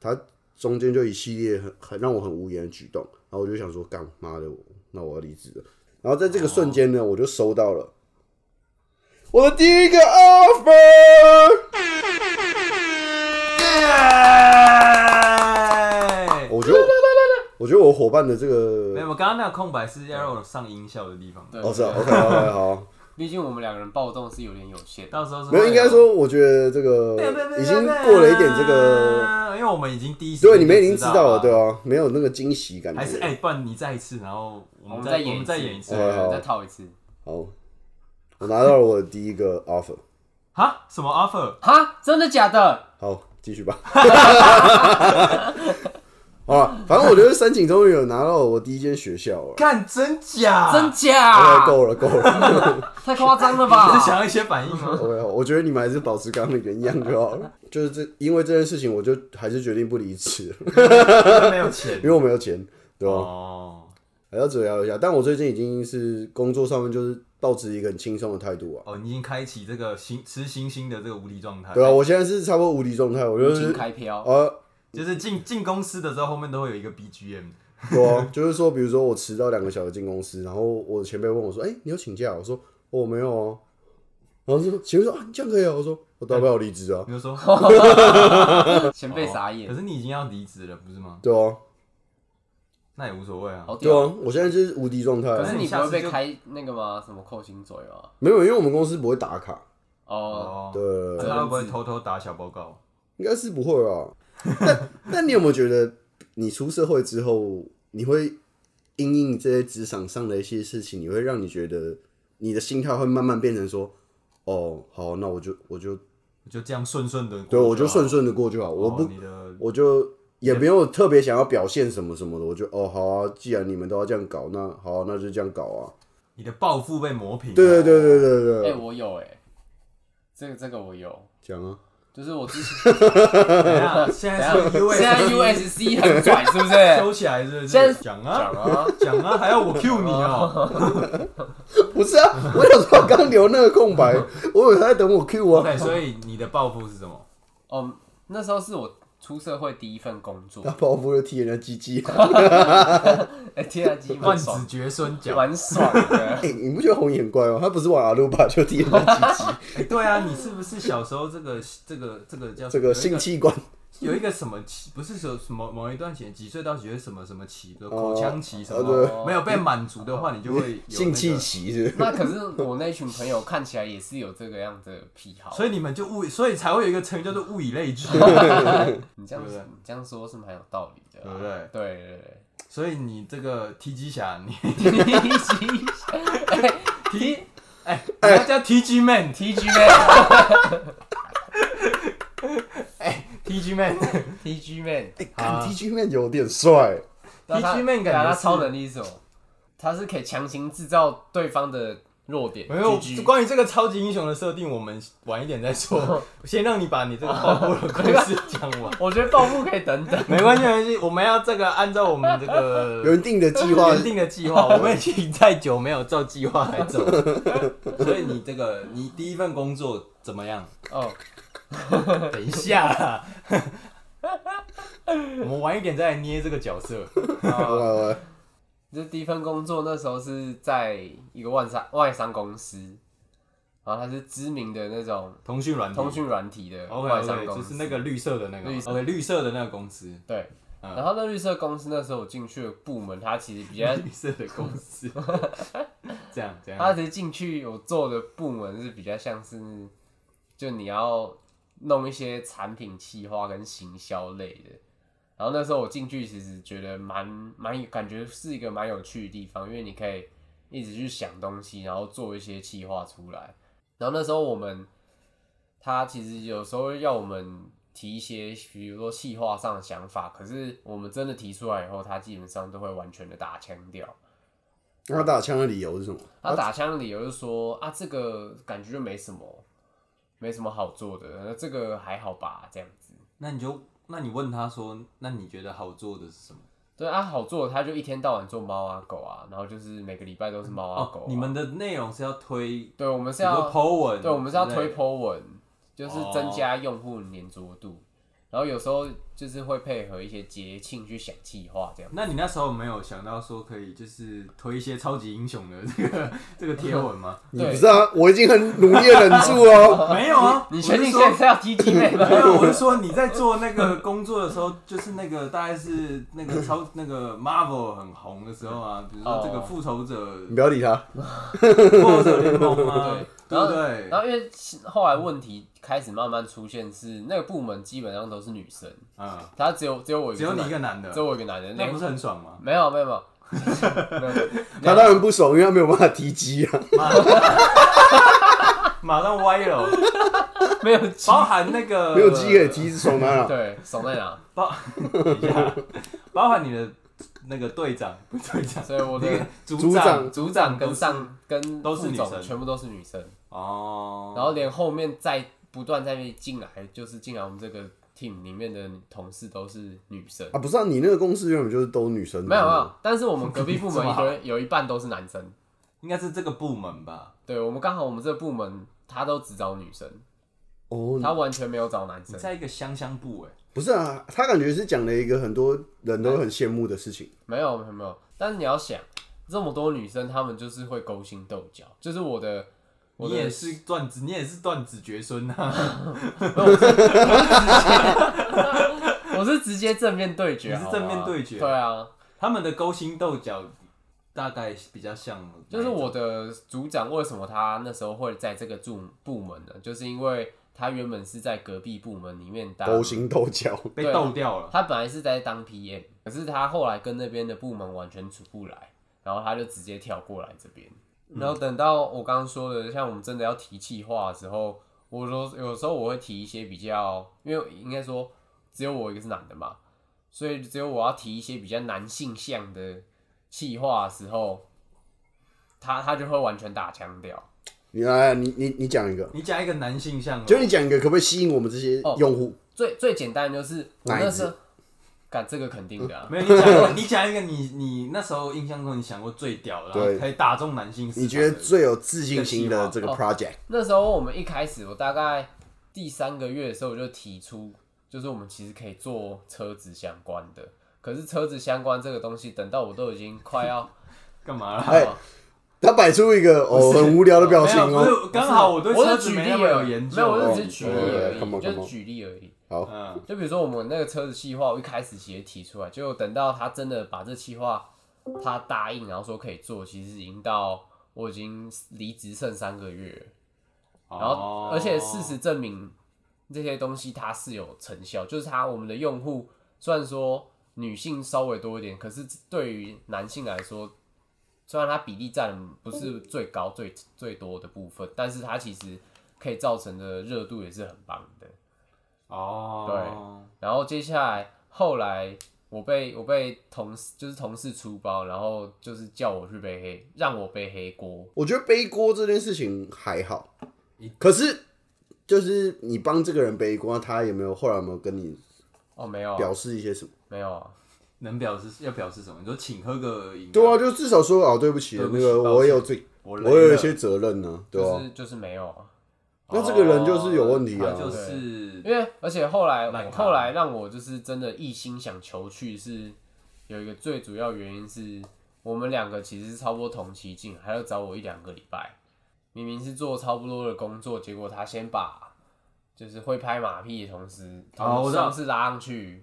[SPEAKER 1] 他中间就一系列很很让我很无言的举动，然后我就想说，干妈的我，那我要离职了。然后在这个瞬间
[SPEAKER 3] 哦
[SPEAKER 1] 呢，我就收到了我的第一个 offer。
[SPEAKER 2] 耶
[SPEAKER 1] 我觉得我，我觉得我伙伴的这
[SPEAKER 2] 没有，
[SPEAKER 1] 个，
[SPEAKER 2] 我刚刚那个空白是要让我上音效的地方，
[SPEAKER 3] 对，
[SPEAKER 1] 哦，是
[SPEAKER 3] 对
[SPEAKER 1] 啊，OK，OK，好，
[SPEAKER 3] 毕竟我们两个人暴动是有点有限。
[SPEAKER 2] 到时候是
[SPEAKER 1] 没有，应该说，我觉得这个呃已经过了一点这个，，
[SPEAKER 2] 因为我们已经第一，
[SPEAKER 1] 对，你们已经知道了，
[SPEAKER 2] 了，
[SPEAKER 1] 对啊，没有那个惊喜感觉。
[SPEAKER 2] 还是哎，不然你再一次，然后我
[SPEAKER 3] 我
[SPEAKER 2] 们
[SPEAKER 3] 们
[SPEAKER 2] 再
[SPEAKER 3] 再演，
[SPEAKER 2] 我们再演一
[SPEAKER 1] 好
[SPEAKER 2] 次，
[SPEAKER 1] 好
[SPEAKER 3] 我们再套一次。
[SPEAKER 1] 好，我拿到了我的第一个 offer。
[SPEAKER 2] 哈，什么 offer？
[SPEAKER 3] 哈，真的假的？
[SPEAKER 1] 好，继续吧。啊，反正我觉得申请终于有拿到我第一间学校了，
[SPEAKER 2] 看真假？
[SPEAKER 3] 真
[SPEAKER 1] 哎
[SPEAKER 3] 假？
[SPEAKER 1] 够了够了。
[SPEAKER 3] 太夸张了
[SPEAKER 2] 你
[SPEAKER 3] 吧
[SPEAKER 2] 是？想要一些反应吗？
[SPEAKER 1] OK，好我觉得你们还是保持刚刚原样就好了。就是这，因为这件事情，我就还是决定不离职，
[SPEAKER 2] 没有钱
[SPEAKER 1] 因为我没有钱，对吧？啊
[SPEAKER 2] 哦
[SPEAKER 1] 还要折腰一下。但我最近已经是工作上面就是保持一个很轻松的态度啊。
[SPEAKER 2] 哦，你已经开启这个新吃星星的这个无敌状态，
[SPEAKER 1] 对啊，我现在是差不多无敌状态，我就
[SPEAKER 3] 已经
[SPEAKER 1] 是
[SPEAKER 3] 开 飘，
[SPEAKER 1] 呃，
[SPEAKER 2] 就是进进公司的时候后面都会有一个 BGM，
[SPEAKER 1] 对啊，就是说，比如说我迟到两个小时进公司，然后我前辈问我说：“哎、你有请假？”我说：“哦我没有啊。”然后就说：“前辈说啊，你这样可以啊？”我说：“我大不了离职啊。
[SPEAKER 2] 你就 说哦
[SPEAKER 3] 前辈傻
[SPEAKER 2] 可
[SPEAKER 3] 眼，
[SPEAKER 2] 是你已经要离职了，不是吗”？
[SPEAKER 1] 对啊，
[SPEAKER 2] 那也无所谓啊。
[SPEAKER 3] 好
[SPEAKER 1] 对
[SPEAKER 3] 屌。
[SPEAKER 1] 啊，我现在就是无敌状态
[SPEAKER 3] 可
[SPEAKER 1] 啊。
[SPEAKER 3] 是你不会被开那个吗？什么扣薪水吗？
[SPEAKER 1] 没有，因为我们公司不会打卡，
[SPEAKER 3] 哦，
[SPEAKER 2] 哦，
[SPEAKER 1] 对，
[SPEAKER 2] 那他会不会偷偷打小报告？
[SPEAKER 1] 应该是不会啊。但但你有没有觉得，你出社会之后，你会因应这些职场上的一些事情，你会让你觉得你的心态会慢慢变成说，哦，好，那我就我就
[SPEAKER 2] 就这样顺顺的，
[SPEAKER 1] 对我就顺，顺的过就好，我不
[SPEAKER 2] 哦你的
[SPEAKER 1] 我就也没有特别想要表现什么什么的，我就哦好啊，既然你们都要这样搞，那好啊、那就这样搞啊。
[SPEAKER 2] 你的抱负被磨平了。
[SPEAKER 1] 对对对对对
[SPEAKER 3] 哎，
[SPEAKER 1] 对，
[SPEAKER 3] 我有哎，这个这个我有，
[SPEAKER 1] 讲啊，
[SPEAKER 3] 就是我之 前
[SPEAKER 2] 等一下，现在是 U
[SPEAKER 3] 现
[SPEAKER 2] S，
[SPEAKER 3] 在 USC 很拽，是不是？
[SPEAKER 2] 收起来是不
[SPEAKER 3] 现
[SPEAKER 2] 是？
[SPEAKER 3] 在
[SPEAKER 2] 讲
[SPEAKER 3] 讲
[SPEAKER 2] 啊
[SPEAKER 3] 啊，
[SPEAKER 2] 讲啊，还要我 Q 你哦。
[SPEAKER 1] 不是啊，我想说我刚留那个空白，我以为他在等我 Q 啊。
[SPEAKER 2] OK，所以你的抱负是什么？
[SPEAKER 3] 哦，那时候是我出社会第一份工作
[SPEAKER 1] 他，
[SPEAKER 2] 哦
[SPEAKER 1] 包袱就踢人家鸡鸡，啊
[SPEAKER 3] 哎，天然机
[SPEAKER 2] 万
[SPEAKER 3] 蛮
[SPEAKER 2] 子
[SPEAKER 3] 爽，
[SPEAKER 2] 绝孙讲。
[SPEAKER 3] 蛮爽的。
[SPEAKER 1] 哎、你不觉得红眼怪吗？他不是玩阿鲁巴就踢人 家鸡鸡，
[SPEAKER 2] 哎，对啊，你是不是小时候这个这个这个叫
[SPEAKER 1] 这
[SPEAKER 2] 有
[SPEAKER 1] 个
[SPEAKER 2] 一
[SPEAKER 1] 性器官
[SPEAKER 2] 有一个什么期，不是说什么某一段期，几岁到几岁什么什么期，比如
[SPEAKER 1] 哦
[SPEAKER 2] 口腔期什
[SPEAKER 1] 哦
[SPEAKER 2] 么，没有被满足的话，你就会有那个
[SPEAKER 1] 性器。期是不是
[SPEAKER 3] 那可是我那群朋友看起来也是有这个样子的癖好，
[SPEAKER 2] 所以你们就物以，所以才会有一个成语叫做物以 类聚，
[SPEAKER 3] 你这样
[SPEAKER 2] 对不对
[SPEAKER 3] 你这样说是蛮有道理的
[SPEAKER 2] 对
[SPEAKER 3] 啊，
[SPEAKER 2] 不对？
[SPEAKER 3] 对对 对
[SPEAKER 2] 所以你这个 T G 侠，你
[SPEAKER 3] 对
[SPEAKER 2] T 哎，人家叫 T G Man，T
[SPEAKER 3] ，T G Man
[SPEAKER 2] G Man，T
[SPEAKER 3] T G Man，
[SPEAKER 1] 哎，
[SPEAKER 2] 啊
[SPEAKER 1] 看 T G 面有点帅，
[SPEAKER 3] 那他
[SPEAKER 2] G Man
[SPEAKER 3] 对
[SPEAKER 2] 感
[SPEAKER 3] 啊
[SPEAKER 2] 觉
[SPEAKER 3] 他
[SPEAKER 2] 是
[SPEAKER 3] 超能力是什么？他是可以强行制造对方的弱点，
[SPEAKER 2] 没有
[SPEAKER 3] GG
[SPEAKER 2] 关于这个超级英雄的设定，我们晚一点再 说，先让你把你这个爆破的故事讲完。。
[SPEAKER 3] 我觉得报复可以等等
[SPEAKER 2] 没关系，没关系，我们要这个按照我们这
[SPEAKER 1] 原
[SPEAKER 2] 个
[SPEAKER 1] 定的计划
[SPEAKER 2] 原定的计划，我们已经太久没有照计划来 走，所以你这个你第一份工作怎么样？
[SPEAKER 3] 哦，
[SPEAKER 2] 等一下啦， 我们晚一点再来捏这个角色。
[SPEAKER 1] 好啊了好了
[SPEAKER 3] 啊这第一份工作那时候是在一个外商外商公司，然后它是知名的那种
[SPEAKER 2] 通讯软体
[SPEAKER 3] 通讯软体的
[SPEAKER 2] ，OK
[SPEAKER 3] 外商
[SPEAKER 2] OK，
[SPEAKER 3] 公
[SPEAKER 2] 哦就
[SPEAKER 3] 司，
[SPEAKER 2] 是那个绿色的那个
[SPEAKER 3] 绿
[SPEAKER 2] 嘛
[SPEAKER 3] 色
[SPEAKER 2] ，OK 绿色的那个公司，
[SPEAKER 3] 对。
[SPEAKER 2] 嗯
[SPEAKER 3] 然后那绿色公司那时候我进去的部门，它其实比较，
[SPEAKER 2] 绿色的公 司，这样这样。
[SPEAKER 3] 它其实进去我做的部门是比较像是，就你要弄一些产品企划跟行销类的。然后那时候我进去，其实觉得蛮蛮有感觉是一个蛮有趣的地方，因为你可以一直去想东西，然后做一些企划出来。然后那时候我们，他其实有时候要我们提一些，比如说企划上的想法，可是我们真的提出来以后，他基本上都会完全的打枪掉。
[SPEAKER 1] 那他打枪的理由是什么？
[SPEAKER 3] 他
[SPEAKER 2] 啊
[SPEAKER 3] 打枪的理由就是说啊，这个感觉就没什么，没什么好做的，呃这个还好吧，这样子。
[SPEAKER 2] 那你就，那你问他说，那你觉得好做的是什么？
[SPEAKER 3] 对啊，好做的他就一天到晚做猫啊狗啊，然后就是每个礼拜都是猫啊狗、
[SPEAKER 2] 哦，
[SPEAKER 3] 啊
[SPEAKER 2] 你们的内容是要推，
[SPEAKER 3] 对，我们是
[SPEAKER 2] 比如说
[SPEAKER 3] 要
[SPEAKER 2] Po 文，
[SPEAKER 3] 对，我们是要
[SPEAKER 2] 之类
[SPEAKER 3] 推
[SPEAKER 2] 的哦
[SPEAKER 3] Po 文，就是增加用户粘着度，然后有时候就是会配合一些节庆去想计划这样。
[SPEAKER 2] 那你那时候没有想到说可以就是推一些超级英雄的 这个这个贴文吗？
[SPEAKER 1] 你
[SPEAKER 3] 对
[SPEAKER 1] 不是啊，我已经很努力的忍住了。哦
[SPEAKER 2] 没有啊，
[SPEAKER 3] 你
[SPEAKER 2] 我是
[SPEAKER 3] 确定
[SPEAKER 2] 说
[SPEAKER 3] 现在是要 T G 妹 吗？
[SPEAKER 2] 没有，我是说你在做那个工作的时候，就是那个大概是那个超那个 Marvel 很红的时候啊，比如说这个
[SPEAKER 3] 哦
[SPEAKER 2] 复仇者
[SPEAKER 1] 你不要理他，
[SPEAKER 2] 复仇者联盟啊
[SPEAKER 3] 对，
[SPEAKER 2] 对不对？
[SPEAKER 3] 然后因为后来问题开始慢慢出现是，那个部门基本上都是女生，
[SPEAKER 2] 嗯，
[SPEAKER 3] 她只有只有我一个
[SPEAKER 2] 只有你一
[SPEAKER 3] 男
[SPEAKER 2] 个男的
[SPEAKER 3] 只，有我一个男人，
[SPEAKER 2] 那
[SPEAKER 3] 连
[SPEAKER 2] 不是很爽吗？
[SPEAKER 3] 没有没有没有，没有
[SPEAKER 1] 他当然不爽，因为他没有办法提鸡啊。
[SPEAKER 2] 马上歪了，哦
[SPEAKER 3] 没有鸡，
[SPEAKER 2] 包含那个
[SPEAKER 1] 没有鸡给鸡是爽单了。
[SPEAKER 3] 对，怂在哪？
[SPEAKER 2] 包，等一下包含你的那个队长不是队长，
[SPEAKER 3] 所以我
[SPEAKER 2] 那个
[SPEAKER 3] 的
[SPEAKER 2] 组
[SPEAKER 1] 组
[SPEAKER 2] 长
[SPEAKER 1] 长
[SPEAKER 3] 组长跟上跟
[SPEAKER 2] 都是
[SPEAKER 3] 副
[SPEAKER 2] 女
[SPEAKER 3] 总
[SPEAKER 2] 生
[SPEAKER 3] 全部都是女生，
[SPEAKER 2] 哦，
[SPEAKER 3] 然后连后面再不断在进来，就是进来我们这个 team 里面的同事都是女生。
[SPEAKER 1] 啊，不是啊，你那个公司原本就是都女生的，
[SPEAKER 3] 没有没
[SPEAKER 2] 嗯
[SPEAKER 3] 有，但是我们隔壁部
[SPEAKER 2] 这
[SPEAKER 3] 门
[SPEAKER 2] 么
[SPEAKER 3] 一
[SPEAKER 2] 好
[SPEAKER 3] 堆有一半都是男生。
[SPEAKER 2] 应该是这个部门吧？
[SPEAKER 3] 对我们刚好我们这个部门他都只找女生，
[SPEAKER 1] 哦，
[SPEAKER 3] 他完全没有找男
[SPEAKER 2] 你
[SPEAKER 3] 生。
[SPEAKER 2] 在一个香香部哎，
[SPEAKER 1] 不是啊，他感觉是讲了一个很多人都很羡慕的事情。
[SPEAKER 3] 没有没有没有，但是你要想，这么多女生，她们就是会勾心斗角，就是我的，我
[SPEAKER 2] 你
[SPEAKER 3] 的
[SPEAKER 2] 也是断子，你也是断子绝孙呐，
[SPEAKER 3] 我是直接正面对决，
[SPEAKER 2] 你是
[SPEAKER 3] 好吗
[SPEAKER 2] 正面对决
[SPEAKER 3] 对啊，
[SPEAKER 2] 他们的勾心斗角大概比较像，
[SPEAKER 3] 就是我的组长为什么他那时候会在这个部部门呢？就是因为他原本是在隔壁部门里面当
[SPEAKER 1] 勾心斗角，
[SPEAKER 2] 被
[SPEAKER 3] 对啊
[SPEAKER 2] 斗掉了，
[SPEAKER 3] 他本来是在当 PM，可是他后来跟那边的部门完全处不来，然后他就直接跳过来这边。然后等到我刚刚说的，像我们真的要提气话的时候，我说有时候我会提一些比较，因为应该说只有我一个是男的嘛，所以只有我要提一些比较男性向的气话的时候，他他就会完全打腔调。
[SPEAKER 1] 你来，啊你你你讲一个，
[SPEAKER 2] 你讲一个男性向吧，
[SPEAKER 1] 就你讲一个，可不可以吸引我们这些
[SPEAKER 3] 哦
[SPEAKER 1] 用户？
[SPEAKER 3] 最最简单的就是我
[SPEAKER 1] 奶
[SPEAKER 3] 那
[SPEAKER 1] 子
[SPEAKER 3] 时候，干这个肯定的、啊，
[SPEAKER 2] 没有，你讲一个，你讲一个你你那时候印象中你想过最屌，然后
[SPEAKER 1] 对
[SPEAKER 2] 可以打中男性市场的，
[SPEAKER 1] 你觉得最有自信心的这个
[SPEAKER 3] 哦
[SPEAKER 1] project？
[SPEAKER 3] 那时候我们一开始，我大概第三个月的时候，我就提出，就是我们其实可以做车子相关的。可是车子相关这个东西，等到我都已经 快要，
[SPEAKER 2] 干嘛啦？
[SPEAKER 1] 哎他摆出一个哦很无聊的表
[SPEAKER 2] 没
[SPEAKER 1] 情
[SPEAKER 2] 有，不
[SPEAKER 1] 哦。
[SPEAKER 2] 是刚好我对
[SPEAKER 3] 我
[SPEAKER 2] 车
[SPEAKER 3] 是
[SPEAKER 2] 子
[SPEAKER 3] 举
[SPEAKER 2] 没
[SPEAKER 3] 例
[SPEAKER 2] 那么
[SPEAKER 3] 而
[SPEAKER 2] 有
[SPEAKER 3] 已，
[SPEAKER 2] 研究，
[SPEAKER 3] 没有，我是只举例啊而
[SPEAKER 1] 哦哦
[SPEAKER 3] 已，
[SPEAKER 1] 哦
[SPEAKER 3] 就是举例而已。
[SPEAKER 1] 好，
[SPEAKER 2] 嗯，
[SPEAKER 3] 就比如说我们那个车子计划，我一开始其实提出来，结果等到他真的把这计划他答应，然后说可以做，其实已经到我已经离职剩三个月了。然后
[SPEAKER 2] 哦，
[SPEAKER 3] 而且事实证明，这些东西它是有成效，就是它我们的用户虽然说女性稍微多一点，可是对于男性来说，虽然它比例占不是最高最最多的部分，但是它其实可以造成的热度也是很棒的。
[SPEAKER 2] 哦，
[SPEAKER 3] 然后接下来后来我被我被同事就是同事出包，然后就是叫我去背黑，让我背黑锅。
[SPEAKER 1] 我觉得背锅这件事情还好，可是就是你帮这个人背锅，他有没有后来有没有跟你
[SPEAKER 3] 哦，没有啊，
[SPEAKER 1] 表示一些什么？
[SPEAKER 2] 哦
[SPEAKER 3] 没有啊，
[SPEAKER 2] 能表示要表示什么？你说请喝个饮料，
[SPEAKER 1] 对啊，就至少说哦，对不起，
[SPEAKER 2] 对
[SPEAKER 1] 那
[SPEAKER 2] 不起
[SPEAKER 1] 个
[SPEAKER 2] 抱歉
[SPEAKER 1] 我也有罪，
[SPEAKER 2] 我
[SPEAKER 1] 我
[SPEAKER 2] 累
[SPEAKER 1] 有一
[SPEAKER 2] 了
[SPEAKER 1] 些责任呢，对
[SPEAKER 3] 就
[SPEAKER 1] 吧？
[SPEAKER 3] 是就是没有啊。
[SPEAKER 1] 那这个人就是有问题啊
[SPEAKER 2] 哦他就是
[SPEAKER 3] 因为而且后来
[SPEAKER 2] 烂
[SPEAKER 3] 我
[SPEAKER 2] 咖
[SPEAKER 3] 后来让我就是真的一心想求去是有一个最主要原因是我们两个其实是差不多同期进来，还要找我一两个礼拜，明明是做差不多的工作，结果他先把就是会拍马屁的同时，
[SPEAKER 2] 哦我知道
[SPEAKER 3] 同事拉上去。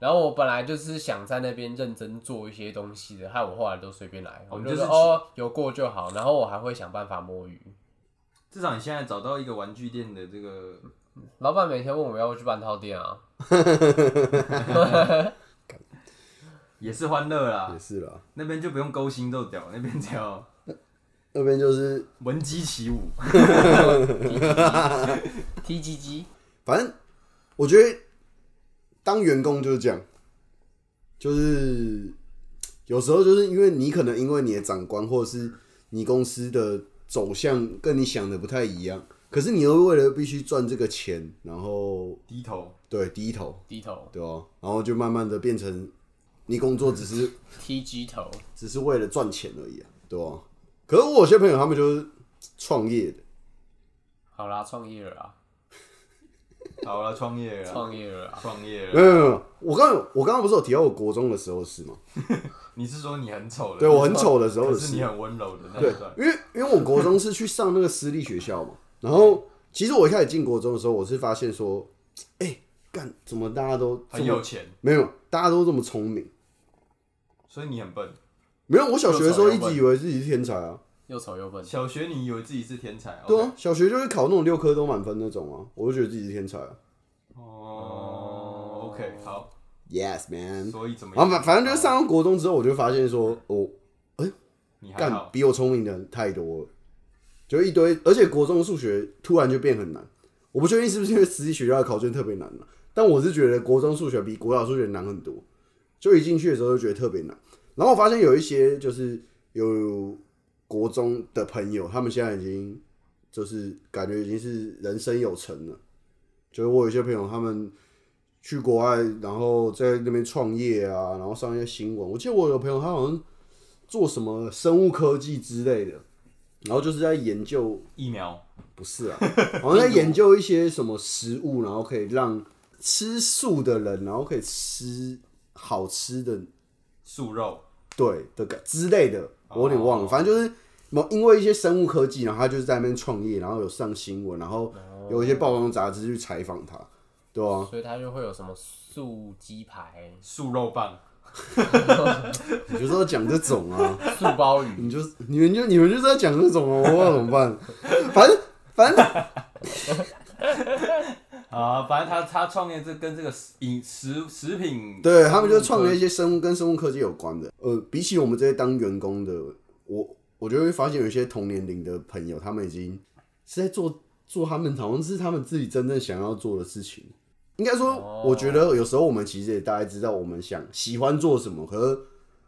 [SPEAKER 3] 然后我本来就是想在那边认真做一些东西的，害我后来都随便来，
[SPEAKER 2] 哦
[SPEAKER 3] 我
[SPEAKER 2] 你
[SPEAKER 3] 就
[SPEAKER 2] 就是是
[SPEAKER 3] 哦有过就好，然后我还会想办法摸鱼。
[SPEAKER 2] 至少你现在找到一个玩具店的这个，
[SPEAKER 3] 老板每天问我要不要去半套店啊，
[SPEAKER 2] 也是欢乐啦
[SPEAKER 1] 也。是啦，
[SPEAKER 2] 那边就不用勾心斗角，那边只要
[SPEAKER 1] 那边就是
[SPEAKER 2] 闻鸡起舞。
[SPEAKER 3] 踢鸡鸡，
[SPEAKER 1] 反正我觉得当员工就是这样，就是有时候就是因为你可能因为你的长官或者是你公司的走向跟你想的不太一样，可是你又为了必须赚这个钱，然后
[SPEAKER 2] 低头，
[SPEAKER 1] 对低头，
[SPEAKER 3] 低头。
[SPEAKER 1] 对吧、然后就慢慢的变成你工作只是
[SPEAKER 3] 踢鸡头，
[SPEAKER 1] 只是为了赚钱而已啊，对吧、可是我有些朋友他们就是创业的，
[SPEAKER 3] 好啦，创业了啊，
[SPEAKER 2] 好了，创业了，
[SPEAKER 3] 创业了啊，
[SPEAKER 2] 创业
[SPEAKER 1] 没有没
[SPEAKER 2] 了。
[SPEAKER 1] 有没有，我刚有我刚刚不是有提到我国中的时候的事吗？
[SPEAKER 2] 你是说你很丑的？
[SPEAKER 1] 对我很丑的时候
[SPEAKER 2] 可
[SPEAKER 1] 的
[SPEAKER 2] 是
[SPEAKER 1] 事
[SPEAKER 2] 你。很温柔的那
[SPEAKER 1] 对
[SPEAKER 2] 一段，。
[SPEAKER 1] 因为因为我国中是去上那个私立学校 嘛，然后其实我一开始进国中的时候，我是发现说，哎、干怎么大家都这
[SPEAKER 2] 很
[SPEAKER 1] 么
[SPEAKER 2] 有钱，
[SPEAKER 1] 没有，大家都这么聪明。
[SPEAKER 2] 所以你很笨。
[SPEAKER 1] 没有，我小学的时候
[SPEAKER 3] 又
[SPEAKER 1] 一
[SPEAKER 3] 丑又笨
[SPEAKER 1] 直以为自己是天才啊，
[SPEAKER 3] 又丑又笨。
[SPEAKER 2] 小学你以为自己是天才，
[SPEAKER 1] 对
[SPEAKER 2] OK
[SPEAKER 1] 啊，小学就会考那种六科都满分那种啊，我就觉得自己是天才啊。
[SPEAKER 2] 哦，OK，好，
[SPEAKER 1] Yes man，
[SPEAKER 2] 所以怎么
[SPEAKER 1] 然
[SPEAKER 2] 样？
[SPEAKER 1] 后啊反反正就是上到国中之后，我就发现说，哦，
[SPEAKER 2] 你还
[SPEAKER 1] 干
[SPEAKER 2] 好，
[SPEAKER 1] 比我聪明的人太多了，就一堆，而且国中数学突然就变很难。我不确定是不是因为私立学校的考卷特别难了，但我是觉得国中数学比国小数学难很多。就一进去的时候就觉得特别难，然后我发现有一些就是有国中的朋友，他们现在已经就是感觉已经是人生有成了。就是我有一些朋友，他们去国外，然后在那边创业啊，然后上一些新闻。我记得我有朋友，他好像做什么生物科技之类的，然后就是在研究
[SPEAKER 2] 疫苗
[SPEAKER 1] 不是啊，好像在研究一些什么食物，然后可以让吃素的人，然后可以吃好吃的，
[SPEAKER 2] 素肉，
[SPEAKER 1] 对的感之类的，我有点忘了，
[SPEAKER 2] 哦
[SPEAKER 1] 反正就是某因为一些生物科技，然后他就是在那边创业，然后有上新闻，然后有一些报章杂志去采访他，对啊，
[SPEAKER 3] 所以它就会有什么素鸡排、
[SPEAKER 2] 素肉棒，
[SPEAKER 1] 你就是要讲这种啊，
[SPEAKER 3] 素鲍鱼，
[SPEAKER 1] 你就你们就你们就是要讲这种啊，我不知道怎么办，反正反正
[SPEAKER 2] 啊，反正他他创业这跟这个食饮食食品，
[SPEAKER 1] 对他们
[SPEAKER 3] 嗯
[SPEAKER 1] 就创了一些生物跟生物科技有关的。呃，比起我们这些当员工的，我我就会发现有一些同年龄的朋友，他们已经是在做做他们好像是他们自己真正想要做的事情。应该说
[SPEAKER 3] 哦，
[SPEAKER 1] 我觉得有时候我们其实也大概知道我们想喜欢做什么，可是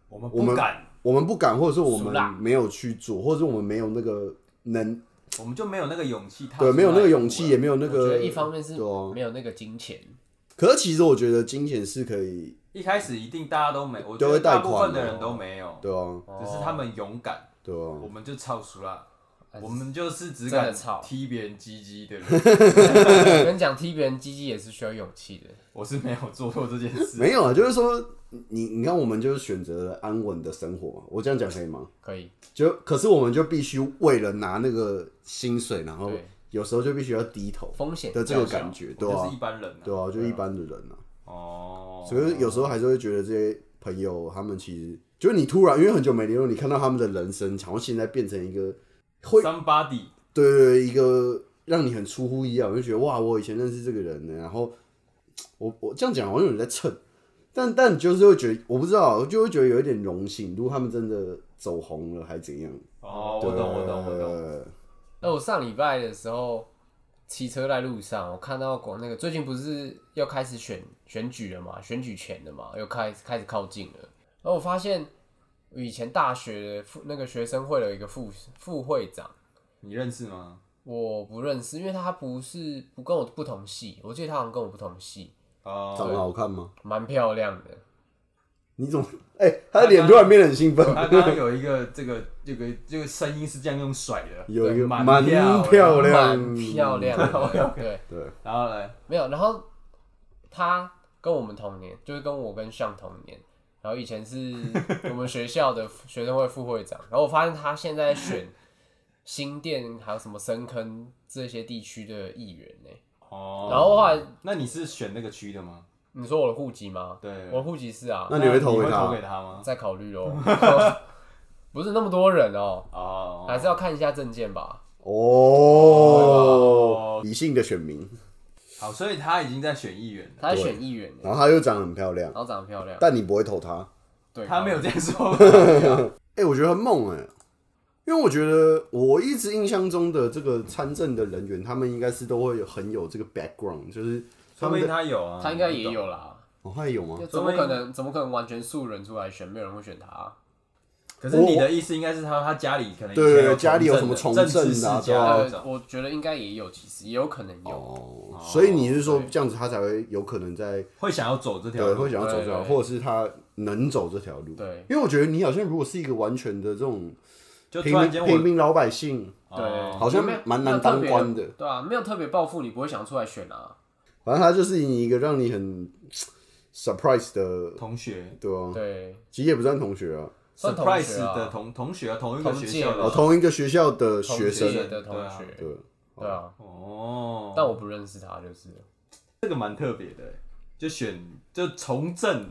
[SPEAKER 2] 我们
[SPEAKER 1] 我
[SPEAKER 2] 不
[SPEAKER 1] 们
[SPEAKER 2] 敢，
[SPEAKER 1] 我们不敢，或者是我
[SPEAKER 3] 俗
[SPEAKER 1] 们
[SPEAKER 3] 辣
[SPEAKER 1] 没有去做，或者是我们没有那个能，
[SPEAKER 2] 我们就没有那个勇气踏出来，
[SPEAKER 1] 对，没有那个勇气，也没 有那
[SPEAKER 3] 我觉
[SPEAKER 1] 个。
[SPEAKER 3] 得一方面是
[SPEAKER 1] 对啊
[SPEAKER 3] 没有那个金钱，
[SPEAKER 1] 可是其实我觉得金钱是可以，
[SPEAKER 2] 一开始一定大家都没，我觉
[SPEAKER 1] 都
[SPEAKER 2] 得
[SPEAKER 1] 会贷
[SPEAKER 2] 大
[SPEAKER 1] 款
[SPEAKER 2] 部分的人都没有，
[SPEAKER 1] 对啊，
[SPEAKER 2] 只
[SPEAKER 3] 哦
[SPEAKER 2] 是他们勇敢，
[SPEAKER 1] 对啊。
[SPEAKER 2] 我们就超熟了，
[SPEAKER 3] 还是
[SPEAKER 2] 我们就是只
[SPEAKER 3] 真
[SPEAKER 2] 敢
[SPEAKER 3] 的操
[SPEAKER 2] 踢别人鸡鸡的人，
[SPEAKER 3] 我跟你讲，踢别人鸡鸡也是需要勇气的。
[SPEAKER 2] 我是没有做过这件事，
[SPEAKER 1] 没有啊，就是说，你你看，我们就是选择了安稳的生活嘛。我这样讲可以吗？
[SPEAKER 3] 可以，
[SPEAKER 1] 就可是我们就必须为了拿那个薪水，然后
[SPEAKER 3] 对
[SPEAKER 1] 有时候就必须要低头
[SPEAKER 3] 风险
[SPEAKER 1] 哦的这个
[SPEAKER 3] 较小
[SPEAKER 1] 感觉，对
[SPEAKER 2] 我就是
[SPEAKER 1] 啊
[SPEAKER 2] 一，般人啊，
[SPEAKER 1] 对啊，就一般的人啊。
[SPEAKER 2] 哦，
[SPEAKER 1] 所以有时候还是会觉得这些朋友，他们其实就是你突然因为很久没联络，你看到他们的人生，好像现在变成一个会
[SPEAKER 2] somebody
[SPEAKER 1] 对对对，一个让你很出乎意料，我就觉得哇，我以前认识这个人呢。然后我我这样讲好像有点在蹭，但但你就是会觉得，我不知道，就会觉得有一点荣幸。如果他们真的走红了，还怎样？
[SPEAKER 2] 哦，我懂，我懂，我懂。
[SPEAKER 1] 懂。
[SPEAKER 3] 那我上礼拜的时候骑车在路上，我看到广那个最近不是要开始选选举了嘛，选举前的嘛，又开开始靠近了。然后我发现我以前大学的副那个学生会的一个副副会长，
[SPEAKER 2] 你认识吗？
[SPEAKER 3] 我不认识，因为他不是不跟我不同系，我记得他好像跟我不同系，
[SPEAKER 1] 长
[SPEAKER 2] 哦，
[SPEAKER 1] 得好看吗？
[SPEAKER 3] 蛮漂亮的。
[SPEAKER 1] 你怎么？哎、他的脸突然变得很兴奋，
[SPEAKER 2] 他刚刚有一个这个这个这个声音是这样用甩的，
[SPEAKER 1] 有一个
[SPEAKER 2] 蛮
[SPEAKER 1] 蛮漂
[SPEAKER 2] 漂
[SPEAKER 1] 亮，
[SPEAKER 3] 蛮漂亮的，对，
[SPEAKER 1] 对，
[SPEAKER 2] 然后嘞，
[SPEAKER 3] 没有。然后他跟我们同年，就是跟我跟向同年。然后以前 是我们学校的学生会副会长。然后我发现他现在选新店还有什么深坑这些地区的议员呢、
[SPEAKER 2] 哦，
[SPEAKER 3] 然后后来
[SPEAKER 2] 那你是选那个区的吗？
[SPEAKER 3] 你说我的户籍吗？
[SPEAKER 2] 对
[SPEAKER 3] 我的户籍是啊，
[SPEAKER 1] 哦那你会投
[SPEAKER 2] 你
[SPEAKER 1] 给
[SPEAKER 2] 会投
[SPEAKER 1] 他
[SPEAKER 2] 给？他吗？
[SPEAKER 3] 再考虑 喽。不是那么多人哦、
[SPEAKER 2] 哦，
[SPEAKER 3] 还是要看一下证件吧。
[SPEAKER 1] 哦，理性的选民，
[SPEAKER 2] 好，所以他已经在选议员了，
[SPEAKER 3] 他在选议员、欸，
[SPEAKER 1] 然后他又长得很漂亮
[SPEAKER 3] 然，后长得漂亮，
[SPEAKER 1] 但你不会投他。
[SPEAKER 3] 对，
[SPEAKER 2] 他没有这样说。
[SPEAKER 1] 哎、我觉得很猛哎、因为我觉得我一直印象中的这个参政的人员，他们应该是都会有很有这个 background，就是他
[SPEAKER 2] 说不
[SPEAKER 1] 们
[SPEAKER 2] 定
[SPEAKER 1] 的
[SPEAKER 2] 他有啊，
[SPEAKER 3] 他应该也有啦。
[SPEAKER 1] 哦，他也有吗
[SPEAKER 3] 就？怎么可能？怎么可能完全素人出来选？没有人会选他啊、
[SPEAKER 2] 可是你的意思应该是他他家里可能以前
[SPEAKER 1] 对
[SPEAKER 2] 有
[SPEAKER 1] 家里有什么
[SPEAKER 2] 从
[SPEAKER 1] 从
[SPEAKER 2] 政
[SPEAKER 1] 政
[SPEAKER 2] 的
[SPEAKER 1] 啊
[SPEAKER 2] 政治世
[SPEAKER 1] 对
[SPEAKER 2] 家
[SPEAKER 1] 啊
[SPEAKER 2] 那
[SPEAKER 3] 呃，
[SPEAKER 2] 种。
[SPEAKER 3] 我觉得应该也有，其实也有可能有。
[SPEAKER 1] 哦，所以你是说这样子，他才会有可能在
[SPEAKER 2] 会想要走这条
[SPEAKER 1] 对
[SPEAKER 2] 路
[SPEAKER 1] 会，想要走这条，
[SPEAKER 3] 对对
[SPEAKER 1] 或者是他能走这条路。
[SPEAKER 3] 对
[SPEAKER 1] 因为我觉得你好像如果是一个完全的这种
[SPEAKER 2] 就突
[SPEAKER 1] 平民
[SPEAKER 2] 然间我
[SPEAKER 1] 平民老百姓，
[SPEAKER 2] 哦
[SPEAKER 3] 对，
[SPEAKER 1] 好像
[SPEAKER 3] 没有
[SPEAKER 1] 蛮难当官
[SPEAKER 3] 没
[SPEAKER 1] 的
[SPEAKER 3] 有特别。对啊，没有特别抱负，你不会想出来选啊。
[SPEAKER 1] 反正他就是你一个让你很 surprise 的，
[SPEAKER 2] 同学
[SPEAKER 1] 对啊，
[SPEAKER 3] 对，
[SPEAKER 1] 其实也不算同学啊，
[SPEAKER 3] 算同
[SPEAKER 2] ，surprise
[SPEAKER 3] 学啊
[SPEAKER 2] 的同同学啊，同一个
[SPEAKER 3] 同
[SPEAKER 2] 学
[SPEAKER 3] 届
[SPEAKER 2] 校
[SPEAKER 1] 哦，
[SPEAKER 2] 的
[SPEAKER 3] 的
[SPEAKER 1] 同一个学校的
[SPEAKER 3] 同
[SPEAKER 1] 学生，
[SPEAKER 3] 的同学，
[SPEAKER 1] 对。
[SPEAKER 3] 对啊。
[SPEAKER 2] 哦，
[SPEAKER 3] 但我不认识他，就是
[SPEAKER 2] 这个蛮特别的，就选就从政，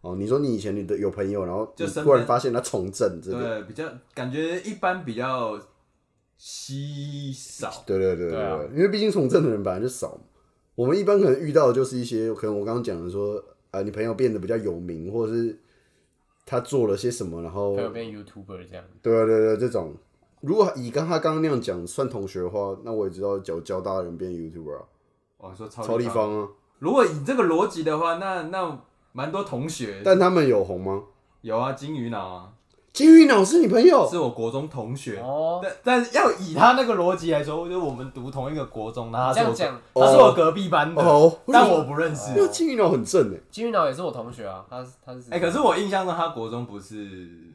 [SPEAKER 1] 哦，你说你以前你的有朋友，然后
[SPEAKER 2] 就
[SPEAKER 1] 你
[SPEAKER 2] 身
[SPEAKER 1] 突
[SPEAKER 2] 边
[SPEAKER 1] 然发现他从政这个，
[SPEAKER 2] 对，啊比较感觉一般比较稀少，
[SPEAKER 1] 对对对
[SPEAKER 3] 对啊
[SPEAKER 1] 对，因为毕竟从政的人本来就少嘛。我们一般可能遇到的就是一些，可能我刚刚讲的说，啊，你朋友变得比较有名，或者是他做了些什么，然后哦
[SPEAKER 3] 还有变 YouTuber 这样。
[SPEAKER 1] 对对对，这种如果以刚他刚刚那样讲算同学的话，那我也知道教教大人变 YouTuber 啊，
[SPEAKER 2] 我哦说超
[SPEAKER 1] 超
[SPEAKER 2] 立
[SPEAKER 1] 立
[SPEAKER 2] 方。
[SPEAKER 1] 方啊，
[SPEAKER 2] 如果以这个逻辑的话，那那蛮多同学
[SPEAKER 1] 但他们有红吗？
[SPEAKER 2] 有啊，金鱼脑啊，
[SPEAKER 1] 金鱼脑是你朋友？
[SPEAKER 2] 是我国中同学。
[SPEAKER 3] 哦，
[SPEAKER 2] 但但要以他那个逻辑来说，就我们读同一个国中，然后
[SPEAKER 3] 这
[SPEAKER 2] 他是
[SPEAKER 3] 样
[SPEAKER 2] 我
[SPEAKER 1] 哦
[SPEAKER 3] 讲，
[SPEAKER 2] 他是我隔壁班的，
[SPEAKER 1] 哦，
[SPEAKER 2] 但我不认识。
[SPEAKER 1] 那金鱼脑很正哎，
[SPEAKER 3] 金鱼脑也是我同学啊，他是他是
[SPEAKER 2] 哎、可是我印象中他国中不是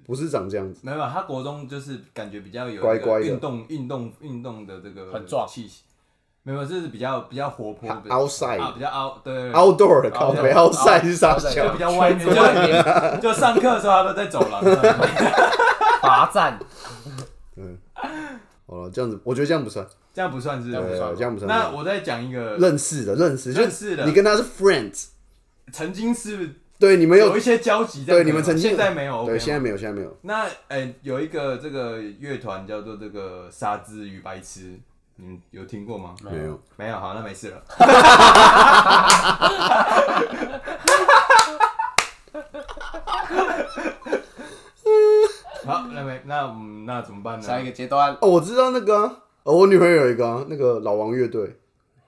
[SPEAKER 1] 不是长这样子，
[SPEAKER 2] 没有，他国中就是感觉比较有一个
[SPEAKER 1] 乖乖的
[SPEAKER 2] 运动、运动、运动的这个
[SPEAKER 3] 很壮
[SPEAKER 2] 气息，没有，就是比较比较活泼
[SPEAKER 1] 他
[SPEAKER 2] 比较
[SPEAKER 1] outside
[SPEAKER 2] 啊，比较 out 对对对
[SPEAKER 1] outdoor 的靠背
[SPEAKER 3] outdoor
[SPEAKER 1] outside 是啥
[SPEAKER 3] outside
[SPEAKER 2] 就
[SPEAKER 1] 小
[SPEAKER 2] 比？较外面，
[SPEAKER 3] 全部外
[SPEAKER 2] 就就上课的时候他们在走 廊上，
[SPEAKER 3] 罚 站，
[SPEAKER 1] 好了，这样子我觉得这样不算，
[SPEAKER 2] 这样不算是
[SPEAKER 3] 这样不
[SPEAKER 1] 对
[SPEAKER 3] 算
[SPEAKER 1] 啊，这样不算。
[SPEAKER 2] 那我再讲一个，
[SPEAKER 1] 认识的，认识，就
[SPEAKER 2] 认识的
[SPEAKER 1] 你跟他是 friends，
[SPEAKER 2] 曾经是
[SPEAKER 1] 对，你们有
[SPEAKER 2] 有一些交集在，
[SPEAKER 1] 对你们曾经
[SPEAKER 2] 现在没有，OK 啊
[SPEAKER 1] 对，
[SPEAKER 2] 吗
[SPEAKER 1] 现在没有，现在没有。
[SPEAKER 2] 那哎、有一个这个乐团叫做这个沙之与白痴，你们有听过吗？
[SPEAKER 1] 没有，
[SPEAKER 2] 没有，好，那没事了。 好，那没那嗯，那怎么办呢？
[SPEAKER 3] 下一个阶段，
[SPEAKER 1] 哦，我知道那个、啊，哦，我女朋友有一个、啊，那个老王乐队，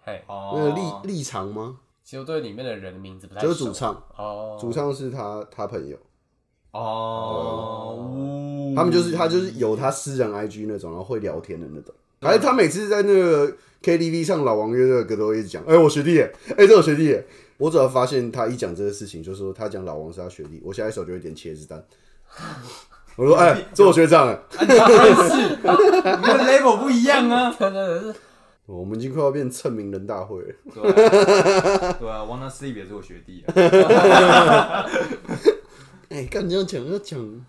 [SPEAKER 3] 嘿，
[SPEAKER 2] 哦，
[SPEAKER 1] 那个立立长吗？
[SPEAKER 3] 其实我对里面的人的名字不太
[SPEAKER 1] 就是
[SPEAKER 3] 熟
[SPEAKER 1] 主唱，
[SPEAKER 3] 哦，
[SPEAKER 1] 主唱是他他朋友，
[SPEAKER 2] 哦，呜
[SPEAKER 1] 他们就是他就是有他私人 IG 那种，然后会聊天的那种。反正他每次在那个 KTV 上老王乐队的歌都会一直讲，哎、我学弟耶，哎、这我学弟耶。我只要发现他一讲这个事情，就说他讲老王是他学弟，我下一首就会点茄子 蛋。我说，哎、这我学长耶，
[SPEAKER 2] 你们 level 不一样啊。
[SPEAKER 3] 真的是
[SPEAKER 1] 我们已经快要变成名人大会了。
[SPEAKER 2] 对啊，对啊，Wanna Sleep 也是我学弟啊。
[SPEAKER 1] 哎、干这样讲要讲，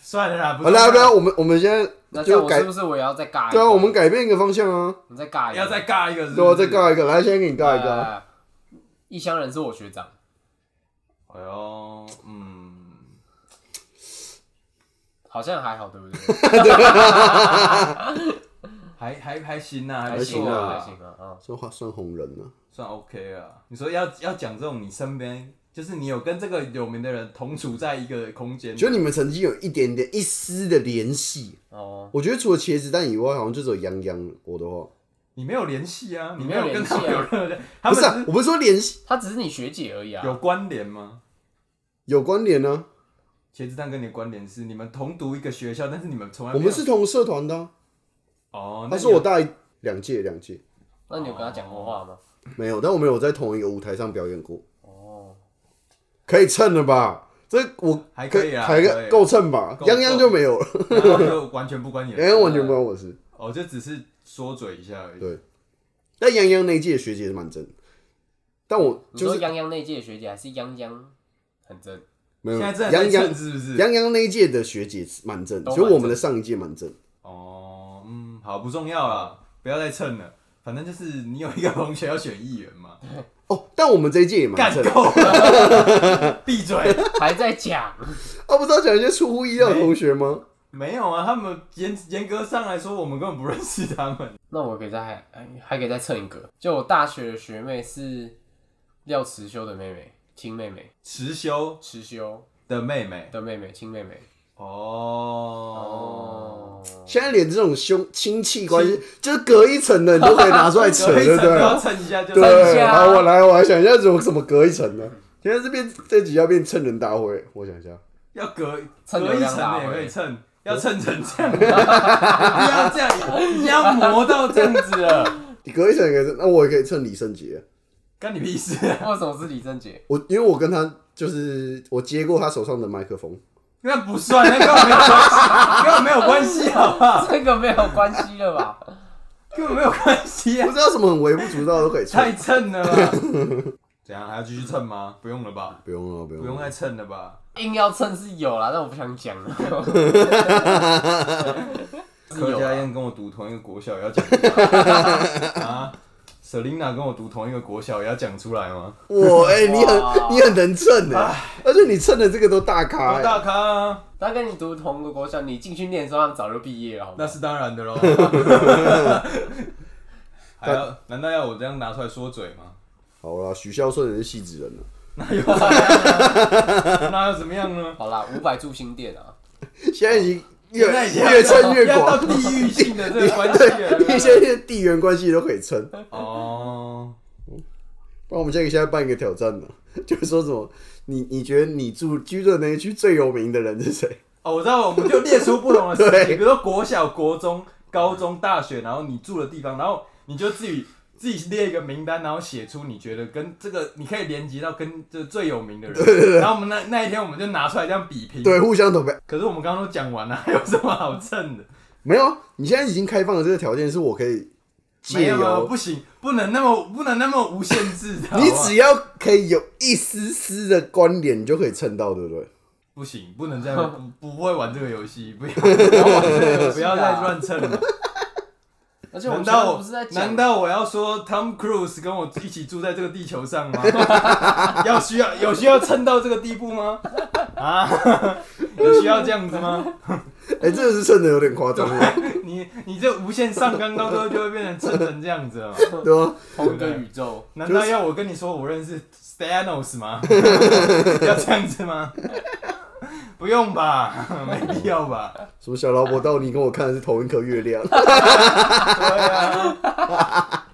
[SPEAKER 2] 算了啦，不
[SPEAKER 1] 好
[SPEAKER 2] 是
[SPEAKER 1] 啦，不要，我们我们现
[SPEAKER 3] 那
[SPEAKER 1] 在
[SPEAKER 3] 这样
[SPEAKER 1] 就
[SPEAKER 3] 我是
[SPEAKER 1] 改
[SPEAKER 3] 不，是我也要再尬一个？
[SPEAKER 1] 对啊，我们改变一个方向啊。
[SPEAKER 3] 你再尬一个，
[SPEAKER 2] 要再尬一个是不
[SPEAKER 1] 对啊，
[SPEAKER 2] 是，
[SPEAKER 1] 再尬一个，来，现在给你尬一个啊。
[SPEAKER 3] 呃。异乡人是我学长，
[SPEAKER 2] 哎呦，嗯，
[SPEAKER 3] 好像还好，对不对？
[SPEAKER 2] 还还还行啊，
[SPEAKER 3] 还
[SPEAKER 1] 不
[SPEAKER 2] 不
[SPEAKER 1] 行
[SPEAKER 3] 行
[SPEAKER 2] 错
[SPEAKER 1] 啊
[SPEAKER 3] 还行啊，啊，
[SPEAKER 1] 算话算红人了，
[SPEAKER 2] 算 OK 啊。你说要要讲这种你身边，就是你有跟这个有名的人同处在一个空间，
[SPEAKER 1] 觉得你们曾经有一点点一丝的联系。
[SPEAKER 3] 哦，
[SPEAKER 1] 我觉得除了茄子蛋以外，好像就只有杨洋了。我的话，
[SPEAKER 2] 你没有联系啊，
[SPEAKER 3] 你
[SPEAKER 2] 你
[SPEAKER 3] 没
[SPEAKER 2] 没
[SPEAKER 3] 有
[SPEAKER 2] 有跟他们
[SPEAKER 3] 联系
[SPEAKER 2] 有
[SPEAKER 3] 啊
[SPEAKER 2] 任 何的，他
[SPEAKER 1] 不
[SPEAKER 2] 们
[SPEAKER 1] 是、啊
[SPEAKER 2] 只，
[SPEAKER 1] 我不是说联系
[SPEAKER 3] 他只是你学姐而已啊
[SPEAKER 2] 是。有关联吗？
[SPEAKER 1] 有关联啊呢、
[SPEAKER 2] 茄子蛋跟你的关联是你们同读一个学校，但是你们从来
[SPEAKER 1] 我
[SPEAKER 2] 没有
[SPEAKER 1] 们是同社团的啊、
[SPEAKER 2] 哦，
[SPEAKER 1] 他
[SPEAKER 2] 那
[SPEAKER 1] 是我大一两届两届，
[SPEAKER 3] 那你有跟他讲过话吗？
[SPEAKER 1] 没有，但我们有在同一个舞台上表演过，
[SPEAKER 3] 哦，
[SPEAKER 1] 可以蹭了吧？这我
[SPEAKER 2] 还可以啊
[SPEAKER 1] 还
[SPEAKER 2] 可以
[SPEAKER 1] 够蹭吧？
[SPEAKER 2] 够
[SPEAKER 1] 杨洋就没有 了，
[SPEAKER 2] 你然后就完全不关
[SPEAKER 1] 杨
[SPEAKER 2] 联，
[SPEAKER 1] 洋完全不哎关我的事。
[SPEAKER 2] 哦，就只是说嘴一下而已。
[SPEAKER 1] 对但杨洋那一届学姐是蛮真的，但我
[SPEAKER 3] 你
[SPEAKER 1] 就
[SPEAKER 3] 说
[SPEAKER 1] 是
[SPEAKER 3] 泱泱那届的学姐还是泱泱很正，
[SPEAKER 1] 没有
[SPEAKER 2] 现在真
[SPEAKER 1] 杨
[SPEAKER 2] 的在
[SPEAKER 1] 洋
[SPEAKER 2] 蹭是不是？
[SPEAKER 1] 杨洋那一届的学姐是蛮正的，
[SPEAKER 3] 都蛮
[SPEAKER 1] 所以我们的上一届蛮正的。
[SPEAKER 2] 哦，嗯，好，不重要啦，不要再蹭了。反正就是你有一个同学要选议员嘛，
[SPEAKER 1] 哦，但我们这一届也蛮
[SPEAKER 2] 干
[SPEAKER 1] 正的。
[SPEAKER 2] 够了， 闭嘴。
[SPEAKER 3] 还在讲，
[SPEAKER 1] 啊，不是要讲一些出乎意料的同学吗？
[SPEAKER 2] 没有啊，他们严严格上来说，我们根本不认识他们。
[SPEAKER 3] 那我可以再还还可以再蹭一个，就我大学的学妹是廖慈修的妹妹，亲妹妹，
[SPEAKER 2] 池修
[SPEAKER 3] 慈修
[SPEAKER 2] 的妹妹，
[SPEAKER 3] 的妹妹，亲妹妹。
[SPEAKER 2] 哦，
[SPEAKER 3] 哦，
[SPEAKER 1] 现在连这种兄亲戚关系，就是隔一层的，你都可以拿出来 扯，
[SPEAKER 2] 所以
[SPEAKER 1] 对
[SPEAKER 2] 蹭
[SPEAKER 1] 不
[SPEAKER 2] 都要
[SPEAKER 1] 对？
[SPEAKER 2] 蹭一下，就
[SPEAKER 3] 蹭一
[SPEAKER 1] 对，
[SPEAKER 3] 下
[SPEAKER 1] 好，我来，我来想一下，怎么怎么隔一层呢？现在这边这集要变成人大会，我想一下，
[SPEAKER 2] 要隔
[SPEAKER 3] 蹭
[SPEAKER 2] 隔
[SPEAKER 3] 流
[SPEAKER 2] 一
[SPEAKER 3] 量
[SPEAKER 2] 层
[SPEAKER 3] 大
[SPEAKER 2] 的
[SPEAKER 3] 会
[SPEAKER 2] 也可以蹭，要蹭成这 样，不要这样，已经要磨到这样子了，
[SPEAKER 1] 你隔一层也可以，那我也可以蹭李圣杰。
[SPEAKER 2] 干你屁事啊！
[SPEAKER 3] 为什么是李正杰？
[SPEAKER 1] 我因为我跟他就是我接过他手上的麦克风，
[SPEAKER 2] 那不算，那根本没有关系，根本没有关系，好不好？
[SPEAKER 3] 这个没有关系了吧？
[SPEAKER 2] 根本没有关系啊
[SPEAKER 1] 不！知道什么很微不足道都可以
[SPEAKER 2] 太
[SPEAKER 1] 蹭。
[SPEAKER 2] 蹭了吧？怎样还要继续蹭吗？不用了吧？
[SPEAKER 1] 不用了，不用
[SPEAKER 2] 不
[SPEAKER 1] 了
[SPEAKER 2] 用再蹭了吧？
[SPEAKER 3] 硬要蹭是有啦，但我不想讲了。
[SPEAKER 1] 啊
[SPEAKER 3] 是
[SPEAKER 2] 柯
[SPEAKER 3] 有
[SPEAKER 2] 佳
[SPEAKER 3] 啦
[SPEAKER 2] 嬿跟我读同一个国小，也 要讲出来吗啊？Selina 跟我读同一个国小，也要讲出来吗？
[SPEAKER 1] 我哎、你
[SPEAKER 3] 哇
[SPEAKER 1] 很你很能蹭哎、而且你蹭的这个都大咖、
[SPEAKER 2] 我
[SPEAKER 1] 欸，
[SPEAKER 2] 大咖啊，
[SPEAKER 3] 他跟你读同个国小，你进去念的时候，他们早就毕业了，好
[SPEAKER 2] 那
[SPEAKER 3] 吗？
[SPEAKER 2] 是当然 的喽。还要？难道要我这样拿出来说嘴 吗？
[SPEAKER 1] 好啦，许孝顺也是戏子人了。啊
[SPEAKER 2] 那又怎么样呢？
[SPEAKER 3] 好啦，五百住新店啊，
[SPEAKER 1] 现在已经越
[SPEAKER 3] 那已经
[SPEAKER 1] 越撑越
[SPEAKER 3] 要到
[SPEAKER 1] 广，
[SPEAKER 3] 地域性的这个关系了。
[SPEAKER 1] 对，一些地缘关系都可以撑。
[SPEAKER 2] 哦，
[SPEAKER 1] 不然我们现在现在办一个挑战呢， 就是说什么，你你觉得你住居住的那一区最有名的人是谁？
[SPEAKER 2] 哦，我知道，我们就列出不同 的时期，
[SPEAKER 1] 对
[SPEAKER 2] 比如说国小、国中、高中、大学，然后你住的地方，然后你就自己自己列一个名单，然后写出你觉得跟这个你可以连接到跟这最有名的人，然后我们那那一天我们就拿出来这样比拼。
[SPEAKER 1] 对，互相投票。
[SPEAKER 2] 可是我们刚刚都讲完了，还有什么好蹭的？
[SPEAKER 1] 没有啊，你现在已经开放了这个条件，是我可以
[SPEAKER 2] 没
[SPEAKER 1] 借
[SPEAKER 2] 有没有，
[SPEAKER 1] 由
[SPEAKER 2] 不行，不能那么不能那么无限制的。
[SPEAKER 1] 你
[SPEAKER 2] 好不啊好
[SPEAKER 1] 只要可以有一丝丝的关联，你就可以蹭到，对不 对？
[SPEAKER 2] 不行，不能这 样，不不会玩这个游戏，不要啊不要玩这个游戏不要再乱蹭了。
[SPEAKER 3] 而且我
[SPEAKER 2] 难
[SPEAKER 3] 们现在
[SPEAKER 2] 道
[SPEAKER 3] 不是在讲
[SPEAKER 2] 难道我要说 Tom Cruise 跟我一起住在这个地球上 吗？要需要有需要蹭到这个地步吗？啊，有需要这样子吗？
[SPEAKER 1] 哎、这个是蹭的有点夸张啊 了，
[SPEAKER 2] 你你这无限上纲到最后就会变成蹭成这样子了。
[SPEAKER 1] 对吧？
[SPEAKER 3] 同一个宇宙？
[SPEAKER 2] 难道要我跟你说我认识 Stanos 吗？要这样子吗？不用吧，没必要吧。
[SPEAKER 1] 什么小劳勃道尼跟我看的是同一颗月 亮，
[SPEAKER 2] 对啊，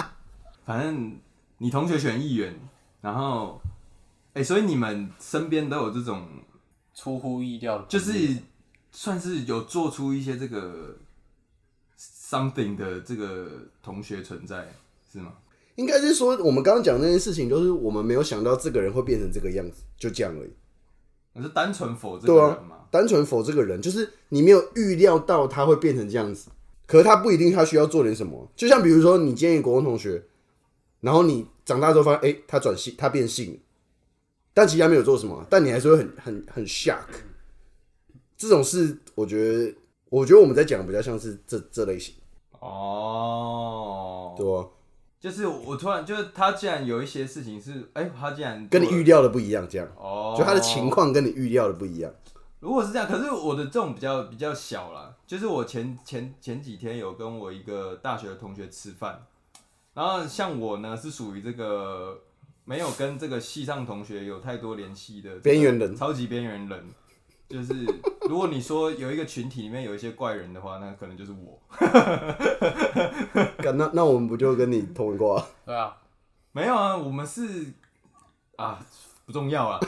[SPEAKER 2] 反正你同学选议员，然后，哎、所以你们身边都有这种，
[SPEAKER 3] 出乎意料的，
[SPEAKER 2] 就是算是有做出一些这个 something 的这个同学存在，是吗？
[SPEAKER 1] 应该是说我们刚刚讲那件事情，就是我们没有想到这个人会变成这个样子，就这样而已。
[SPEAKER 2] 我是单纯否这
[SPEAKER 1] 对
[SPEAKER 2] 个
[SPEAKER 1] 啊
[SPEAKER 2] 人嘛？
[SPEAKER 1] 单纯否这个人，就是你没有预料到他会变成这样子，可是他不一定他需要做点什么。就像比如说，你今天一个国中同学，然后你长大之后发现，哎、他转性，他变性了，但其实他没有做什么，但你还是会很很很 shock。这种事，我觉得，我觉得我们在讲的比较像是这这类型，
[SPEAKER 2] 哦、
[SPEAKER 1] 对吧、
[SPEAKER 2] 就是我突然就是他竟然有一些事情是，哎、他竟然
[SPEAKER 1] 跟你
[SPEAKER 2] 做了
[SPEAKER 1] 预料的不一样，这样，
[SPEAKER 2] 哦，
[SPEAKER 1] 就他的情况跟你预料的不一样。
[SPEAKER 2] 如果是这样，可是我的这种比较比较小啦，就是我前前前几天有跟我一个大学的同学吃饭，然后像我呢是属于这个没有跟这个系上同学有太多联系的这个
[SPEAKER 1] 边缘人
[SPEAKER 2] 超级边缘人。就是如果你说有一个群体里面有一些怪人的话，那可能就是我。
[SPEAKER 1] 干那那我们不就跟你同一挂、
[SPEAKER 3] 对啊，
[SPEAKER 2] 没有啊，我们是啊不重要啊。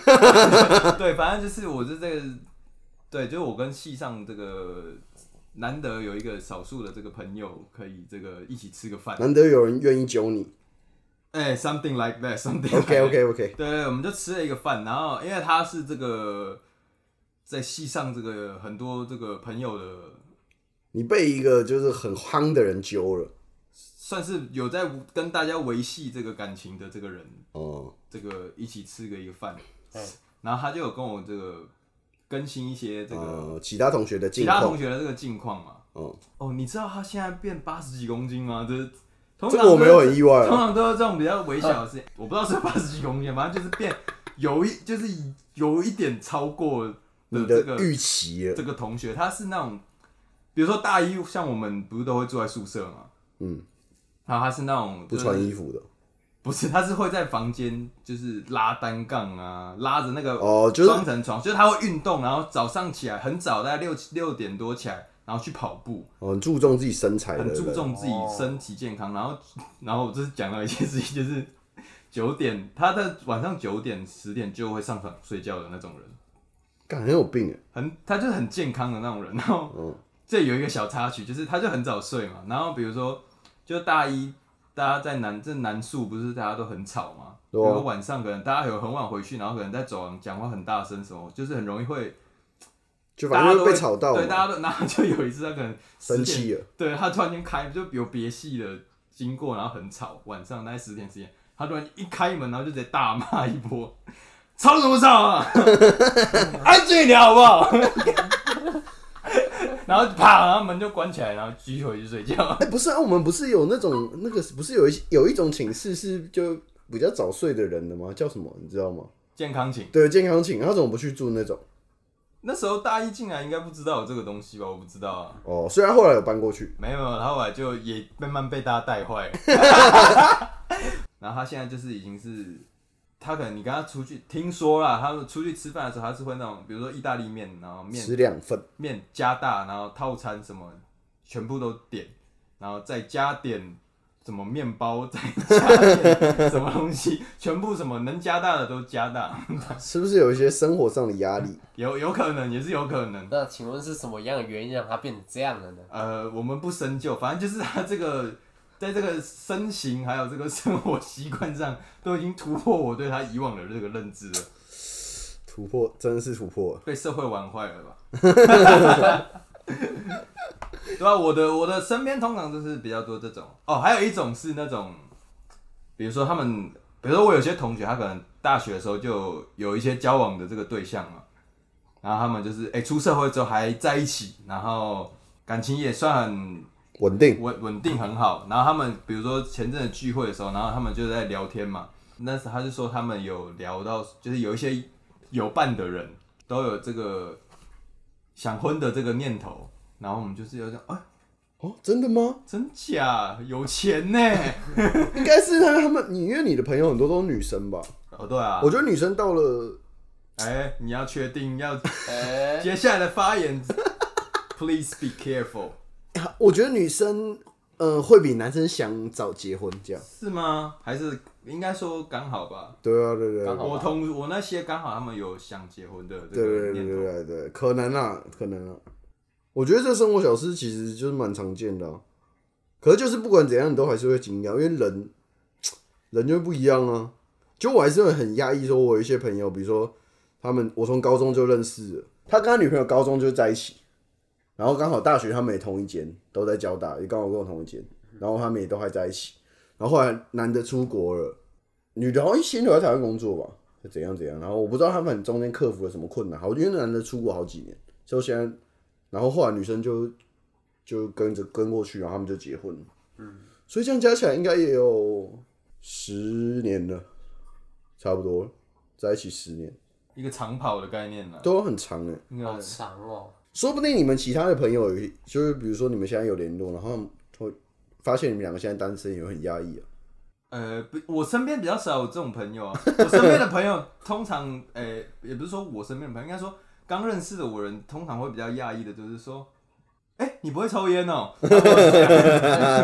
[SPEAKER 2] 对，反正就是我是这个，对，就是我跟系上这个难得有一个少数的这个朋友可以这个一起吃个 饭，
[SPEAKER 1] 难得有人愿意揪你。
[SPEAKER 2] 哎、s o m e t h i n g like that，something like that。
[SPEAKER 1] OK OK OK，
[SPEAKER 2] 对对，我们就吃了一个饭，然后因为他是这个在系上这个很多这个朋友的，
[SPEAKER 1] 你被一个就是很夯的人揪了。
[SPEAKER 2] 算是有在跟大家维系这个感情的这个人，
[SPEAKER 1] 哦，
[SPEAKER 2] 这个一起吃个一个饭
[SPEAKER 3] 嗯，
[SPEAKER 2] 然后他就有跟我这个更新一些这个
[SPEAKER 1] 呃，其他同学的
[SPEAKER 2] 其
[SPEAKER 1] 近
[SPEAKER 2] 他同
[SPEAKER 1] 况，
[SPEAKER 2] 学的这个近况嘛。
[SPEAKER 1] 哦，
[SPEAKER 2] 哦，你知道他现在变八十几公斤吗？这通
[SPEAKER 1] 这
[SPEAKER 2] 常
[SPEAKER 1] 个我没有
[SPEAKER 2] 都是
[SPEAKER 1] 很意外
[SPEAKER 2] 通
[SPEAKER 1] 啊。
[SPEAKER 2] 常都是这种比较微小的事情，我不知道是八十几公斤，反正就是变有一就是有一点超过
[SPEAKER 1] 你
[SPEAKER 2] 这
[SPEAKER 1] 的
[SPEAKER 2] 个
[SPEAKER 1] 预期了
[SPEAKER 2] 这个同学，他是那种，比如说大一像我们不是都会住在宿舍嘛，
[SPEAKER 1] 嗯，
[SPEAKER 2] 然后他是那种
[SPEAKER 1] 不
[SPEAKER 2] 就是
[SPEAKER 1] 穿衣服的，
[SPEAKER 2] 不是，他是会在房间就是拉单杠啊，拉着那个
[SPEAKER 1] 哦就是
[SPEAKER 2] 双层床，就是他会运动，然后早上起来很早，大概六六点多起来，然后去跑步，
[SPEAKER 1] 哦，很注重自己身材的
[SPEAKER 2] 很注
[SPEAKER 1] 人，
[SPEAKER 2] 重自己身体健康。然后，然后我就是讲到一件事情，就是九点，他在晚上九点十点就会上床睡觉的那种人，
[SPEAKER 1] 干很有病哎。
[SPEAKER 2] 很他就是很健康的那种人。然后
[SPEAKER 1] 嗯，
[SPEAKER 2] 这有一个小插曲，就是他就很早睡嘛。然后比如说，就大一大家在南这南宿不是大家都很吵嘛，
[SPEAKER 1] 对
[SPEAKER 2] 然
[SPEAKER 1] 啊
[SPEAKER 2] 后晚上可能大家有很晚回去，然后可能在走廊讲话很大声什么，就是很容易会
[SPEAKER 1] 就
[SPEAKER 2] 大
[SPEAKER 1] 反
[SPEAKER 2] 家
[SPEAKER 1] 正
[SPEAKER 2] 都
[SPEAKER 1] 会
[SPEAKER 2] 会
[SPEAKER 1] 被吵到
[SPEAKER 2] 对，
[SPEAKER 1] 嘛，
[SPEAKER 2] 大家都然后就有一次他可能10
[SPEAKER 1] 生
[SPEAKER 2] 点，
[SPEAKER 1] 气了，
[SPEAKER 2] 对他突然间开就有别系的经过，然后很吵，晚上大概十点时间，他突然一开门，然后就直接大骂一波。 吵什么吵啊！ 安静一点好不好？ 然后就啪，然后门就关起来，然后继续回去睡觉。
[SPEAKER 1] 哎，不是啊，我们不是有那种那个不是有一些有一种寝室是就比较早睡的人的吗？叫什么你知道吗？
[SPEAKER 2] 健康寝。
[SPEAKER 1] 对，健康寝，他怎么不去住那种？
[SPEAKER 2] 那时候大一进来应该不知道有这个东西吧？我不知道啊，
[SPEAKER 1] 哦，虽然后来有搬过去，
[SPEAKER 2] 没有，没有他后来就也慢慢被大家带坏了。然后他现在就是已经是，他可能你跟他出去，听说啦，他们出去吃饭的时候，他是会那种，比如说意大利面，然后面
[SPEAKER 1] 吃两份，
[SPEAKER 2] 面加大，然后套餐什么全部都点，然后再加点什么面包，再加点什么东西，全部什么能加大的都加大，
[SPEAKER 1] 是不是有一些生活上的压力？
[SPEAKER 2] 有有可能也是有可能。
[SPEAKER 3] 那请问是什么样的原因让它变成这样的呢？
[SPEAKER 2] 呃，我们不深究，反正就是他这个 在这个身形还有这个生活习惯上，都已经突破我对他以往的这个认知了，
[SPEAKER 1] 突破真的是突破了，
[SPEAKER 2] 被社会玩坏了吧？ 对啊，我的我的身边通常都是比较多这种哦，还有一种是那种，比如说他们，比如说我有些同学，他可能大学的时候就有一些交往的这个对象嘛，然后他们就是哎、出社会之后还在一起，然后感情也算很
[SPEAKER 1] 稳定。
[SPEAKER 2] 稳稳定很好。然后他们比如说前阵子聚会的时候，然后他们就在聊天嘛，那时他就说他们有聊到，就是有一些有伴的人都有这个想婚的这个念头。然后我们就是有讲，哎、
[SPEAKER 1] 哦，真的吗？
[SPEAKER 2] 真假有钱呢？
[SPEAKER 1] 应该是他他们，你因为你的朋友很多都是女生吧？
[SPEAKER 2] 哦，对啊
[SPEAKER 1] 我，觉得女生到了
[SPEAKER 2] 哎、你要确定要
[SPEAKER 3] 哎、
[SPEAKER 2] 接下来的发言 ，please be careful，
[SPEAKER 1] 我觉得女生呃会比男生想早结婚这样。
[SPEAKER 2] 是吗？还是应该说刚好吧？
[SPEAKER 1] 对啊，对对
[SPEAKER 3] 刚
[SPEAKER 1] 对
[SPEAKER 3] 好
[SPEAKER 2] 我同我那些刚好他们有想结婚的这
[SPEAKER 1] 对
[SPEAKER 2] 个
[SPEAKER 1] 对对
[SPEAKER 2] 念头
[SPEAKER 1] 对，对对，可能啊，可能啊。我觉得这生活小事其实就是蛮常见的、啊，可是就是不管怎样，你都还是会惊讶，因为人人就不一样啊。就我还是会很压抑，说我有一些朋友，比如说他们，我从高中就认识了，他跟他女朋友高中就在一起，然后刚好大学他们也同一间，都在交大，也刚好跟我同一间，然后他们也都还在一起，然后后来男的出国了，女的好像先留在台湾工作吧，怎样怎样，然后我不知道他们中间克服了什么困难，好，因为那男的出国好几年，就现在，然后后来女生就就跟着跟过去，然后他们就结婚，嗯，所以这样加起来应该也有十年了，差不多在一起十年，
[SPEAKER 2] 一个长跑的概念呢、啊
[SPEAKER 1] 都很长哎、
[SPEAKER 2] 应该
[SPEAKER 3] 好长哦、
[SPEAKER 1] 说不定你们其他的朋友有一，就是比如说你们现在有联络，然后他们会发现你们两个现在单身，也会很压抑啊。
[SPEAKER 2] 呃，不，我身边比较少有这种朋友啊。 我身边的朋友通常，呃，也不是说我身边的朋友，应该说刚认识的我人，通常会比较讶异的，就是说，哎、你不会抽烟哦、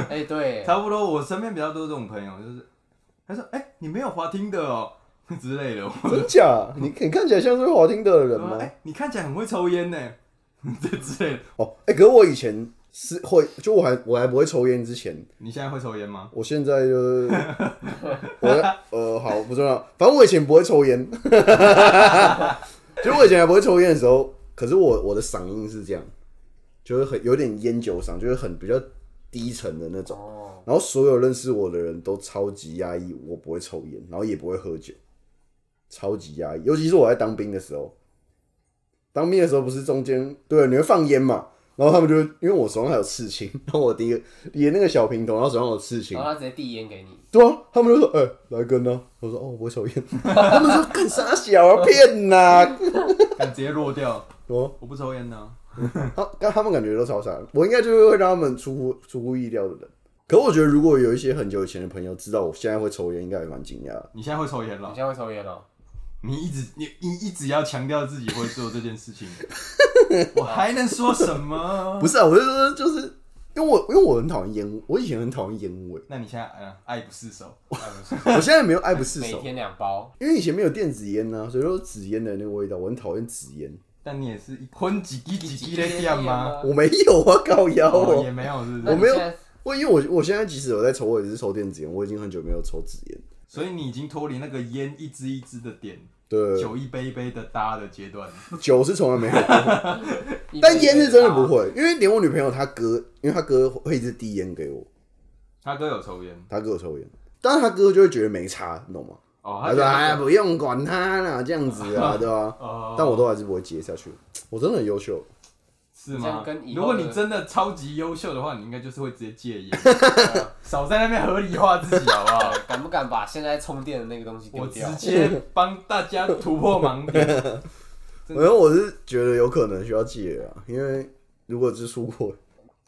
[SPEAKER 3] 哎、对，
[SPEAKER 2] 差不多，我身边比较多这种朋友，就是他说，哎、你没有滑听的哦、 之类的。我
[SPEAKER 1] 真假？你你看起来像是会滑听的人
[SPEAKER 2] 说，
[SPEAKER 1] 吗
[SPEAKER 2] 哎、？你看起来很会抽烟呢， 这之类的。
[SPEAKER 1] 哦，哎、可是我以前是会，就我还我还不会抽烟之前，
[SPEAKER 2] 你现在会抽烟吗？
[SPEAKER 1] 我现在就是我呃好不重要，反正我以前不会抽烟， 就我以前还不会抽烟的时候，可是我我的嗓音是这样，就是很有点烟酒嗓，就是很比较低沉的那种。
[SPEAKER 3] 哦，
[SPEAKER 1] 然后所有认识我的人都超级压抑，我不会抽烟，然后也不会喝酒，超级压抑。尤其是我在当兵的时候，当兵的时候不是中间对啊你会放烟嘛，然后他们就因为我手上还有刺青，然后我提个提那个小平头，然后手上有刺青
[SPEAKER 3] 然，后他直接递烟给你，
[SPEAKER 1] 对啊，他们就说哎、来根呢、我说哦我不会抽烟，他们说干啥小啊骗呐、
[SPEAKER 2] 敢直接落掉？
[SPEAKER 1] 哦，
[SPEAKER 2] 我不抽烟呢、
[SPEAKER 1] 他但他们感觉都超傻的，我应该就是会让他们出乎出乎意料的人。可我觉得，如果有一些很久以前的朋友知道我现在会抽烟，应该也蛮惊讶的。
[SPEAKER 2] 你现在会抽烟
[SPEAKER 3] 你
[SPEAKER 2] 了
[SPEAKER 3] 现？在会抽烟哦、
[SPEAKER 2] 你一直你你一直要强调自己会做这件事情，我还能说什么
[SPEAKER 1] 不？是啊，我就说就是因为我因为我很讨厌烟，我以前很讨厌烟味，
[SPEAKER 2] 那你现在嗯爱不释手，
[SPEAKER 3] 哎不是
[SPEAKER 1] 我现在没有爱不 释
[SPEAKER 3] 每
[SPEAKER 1] 手，
[SPEAKER 3] 天两包，
[SPEAKER 1] 因为以前没有电子烟啊呐、所以说纸烟的那个味道，我很讨厌纸烟。
[SPEAKER 2] 但你也是一荤几滴几滴的店吗？
[SPEAKER 1] 我没有啊， 靠腰
[SPEAKER 2] 哦，
[SPEAKER 1] 哦、
[SPEAKER 2] 也没有，是不
[SPEAKER 3] 那
[SPEAKER 1] 我
[SPEAKER 2] 是？
[SPEAKER 3] 你
[SPEAKER 1] 没有
[SPEAKER 3] 现在
[SPEAKER 1] 我因为我我现在即使有在抽，我也是抽电子烟，我已经很久没有抽纸烟。
[SPEAKER 2] 所以你已经脱离那个烟一支一支的点，
[SPEAKER 1] 对，
[SPEAKER 2] 酒一杯一杯的搭的阶段。
[SPEAKER 1] 酒是从来没 有
[SPEAKER 3] 一
[SPEAKER 1] 但
[SPEAKER 3] 杯
[SPEAKER 1] 烟
[SPEAKER 3] 一杯
[SPEAKER 1] 是真的
[SPEAKER 3] 倒
[SPEAKER 1] 不会，因为连我女朋友她哥，因为她哥会一直递烟给我，
[SPEAKER 2] 他哥有抽烟
[SPEAKER 1] 她哥有抽烟，但是她哥就会觉得没差，你懂吗？
[SPEAKER 2] 哦，
[SPEAKER 1] 他
[SPEAKER 2] 他
[SPEAKER 1] 说哎，
[SPEAKER 2] 哥
[SPEAKER 1] 不用管他啦，这样子 啊，对吧？
[SPEAKER 2] 哦
[SPEAKER 1] 但我都还是不会接下去，我真的很优秀，
[SPEAKER 2] 是
[SPEAKER 3] 这
[SPEAKER 2] 吗
[SPEAKER 3] 样跟？以
[SPEAKER 2] 如
[SPEAKER 3] 后
[SPEAKER 2] 果
[SPEAKER 3] 的
[SPEAKER 2] 你真的超级优秀的话，你应该就是会直接戒烟，少在那边合理化自己好 不好？
[SPEAKER 3] 哦敢不敢把现在充电的那个东西丢
[SPEAKER 2] 我
[SPEAKER 3] 掉
[SPEAKER 2] 直？接帮大家突破盲点。真的
[SPEAKER 1] 反正我是觉得有可能需要戒啊，因为如果是出国，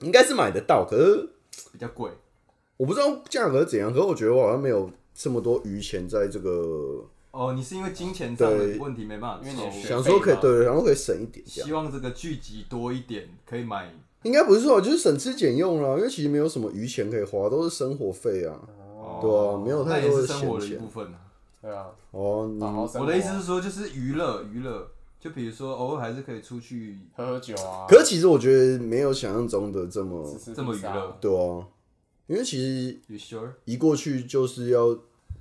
[SPEAKER 1] 应该是买得到，可是
[SPEAKER 2] 比较贵，
[SPEAKER 1] 我不知道价格是怎样，可是我觉得我好像没有这么多余钱在这个
[SPEAKER 2] 哦，你是因为金钱上的
[SPEAKER 1] 对
[SPEAKER 2] 问题没办法
[SPEAKER 3] 因为你的
[SPEAKER 2] 抽
[SPEAKER 3] 学，
[SPEAKER 1] 想说可以
[SPEAKER 3] 学费吗
[SPEAKER 1] 对，然后可以省一点这样。
[SPEAKER 2] 希望这个剧集多一点，可以买
[SPEAKER 1] 应该不是说，就是省吃俭用啊啦，因为其实没有什么余钱可以花，都是生活费啊。
[SPEAKER 2] 哦
[SPEAKER 1] 对啊没有
[SPEAKER 2] 那
[SPEAKER 1] 太
[SPEAKER 2] 也
[SPEAKER 1] 多
[SPEAKER 2] 是
[SPEAKER 1] 的
[SPEAKER 2] 生活的
[SPEAKER 1] 闲
[SPEAKER 2] 一
[SPEAKER 1] 钱
[SPEAKER 2] 部分啊。
[SPEAKER 3] 对啊，
[SPEAKER 1] 哦，你
[SPEAKER 3] 好好生活
[SPEAKER 2] 嗯
[SPEAKER 3] 啊
[SPEAKER 2] 我的意思是说，就是娱乐娱乐，就比如说偶尔还是可以出去，
[SPEAKER 3] 喝喝酒啊，
[SPEAKER 1] 可是其实我觉得没有想象中的这么
[SPEAKER 3] 吃吃
[SPEAKER 2] 这么
[SPEAKER 3] 披萨
[SPEAKER 2] 娱乐
[SPEAKER 1] 对啊，因为其实
[SPEAKER 2] 你 sure？
[SPEAKER 1] 一过去就是要，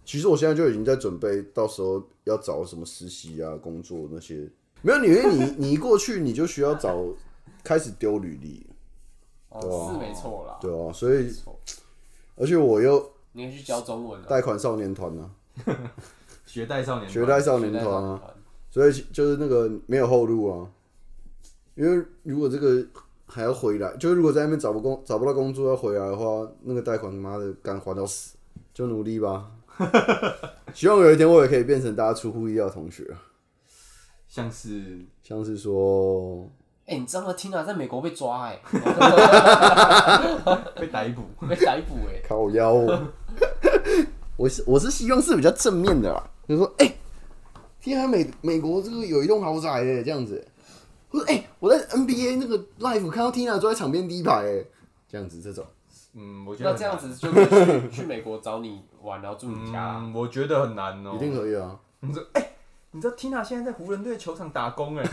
[SPEAKER 1] 其实我现在就已经在准备，到时候要找什么实习啊、工作那些。没有，你因为你你一过去你就需要找，开始丢履历，
[SPEAKER 3] 哦，是没错啦，
[SPEAKER 1] 对啊，所以
[SPEAKER 3] 没错，
[SPEAKER 1] 而且我又
[SPEAKER 3] 你可以去教中文啊，
[SPEAKER 1] 贷款少年团啊，
[SPEAKER 2] 学贷少年团，
[SPEAKER 1] 学贷少
[SPEAKER 3] 学
[SPEAKER 1] 年
[SPEAKER 3] 贷
[SPEAKER 1] 团
[SPEAKER 3] 少
[SPEAKER 1] 啊
[SPEAKER 3] 年，团，
[SPEAKER 1] 所以就是那个没有后路啊，因为如果这个还要回来，就是如果在那边找不工找不到工作要回来的话，那个贷款妈的干还到死，就努力吧。 希望有一天我也可以变成大家出乎意料的同学，啊
[SPEAKER 2] 像是
[SPEAKER 1] 像是说，
[SPEAKER 3] 哎，你知道吗？听啊，在美国被抓 哎，
[SPEAKER 2] 被逮捕。
[SPEAKER 3] 被逮捕哎，
[SPEAKER 1] 靠腰哦，我是我是希望是比较正面的啦，就是说，哎、天海美美国这个有一栋豪宅哎，这样子，或者哎、我在 NBA 那个 live 看到 Tina 坐在场边第一排哎，这样子这种，
[SPEAKER 2] 嗯，我觉得
[SPEAKER 3] 那
[SPEAKER 2] 很
[SPEAKER 3] 这样
[SPEAKER 2] 难，
[SPEAKER 3] 子就可以去去美国找你玩，然后住你家啊，
[SPEAKER 2] 嗯，我觉得很难哦、
[SPEAKER 1] 一定可以啊，
[SPEAKER 2] 你知道 Tina 现在在湖人队球场打工哎、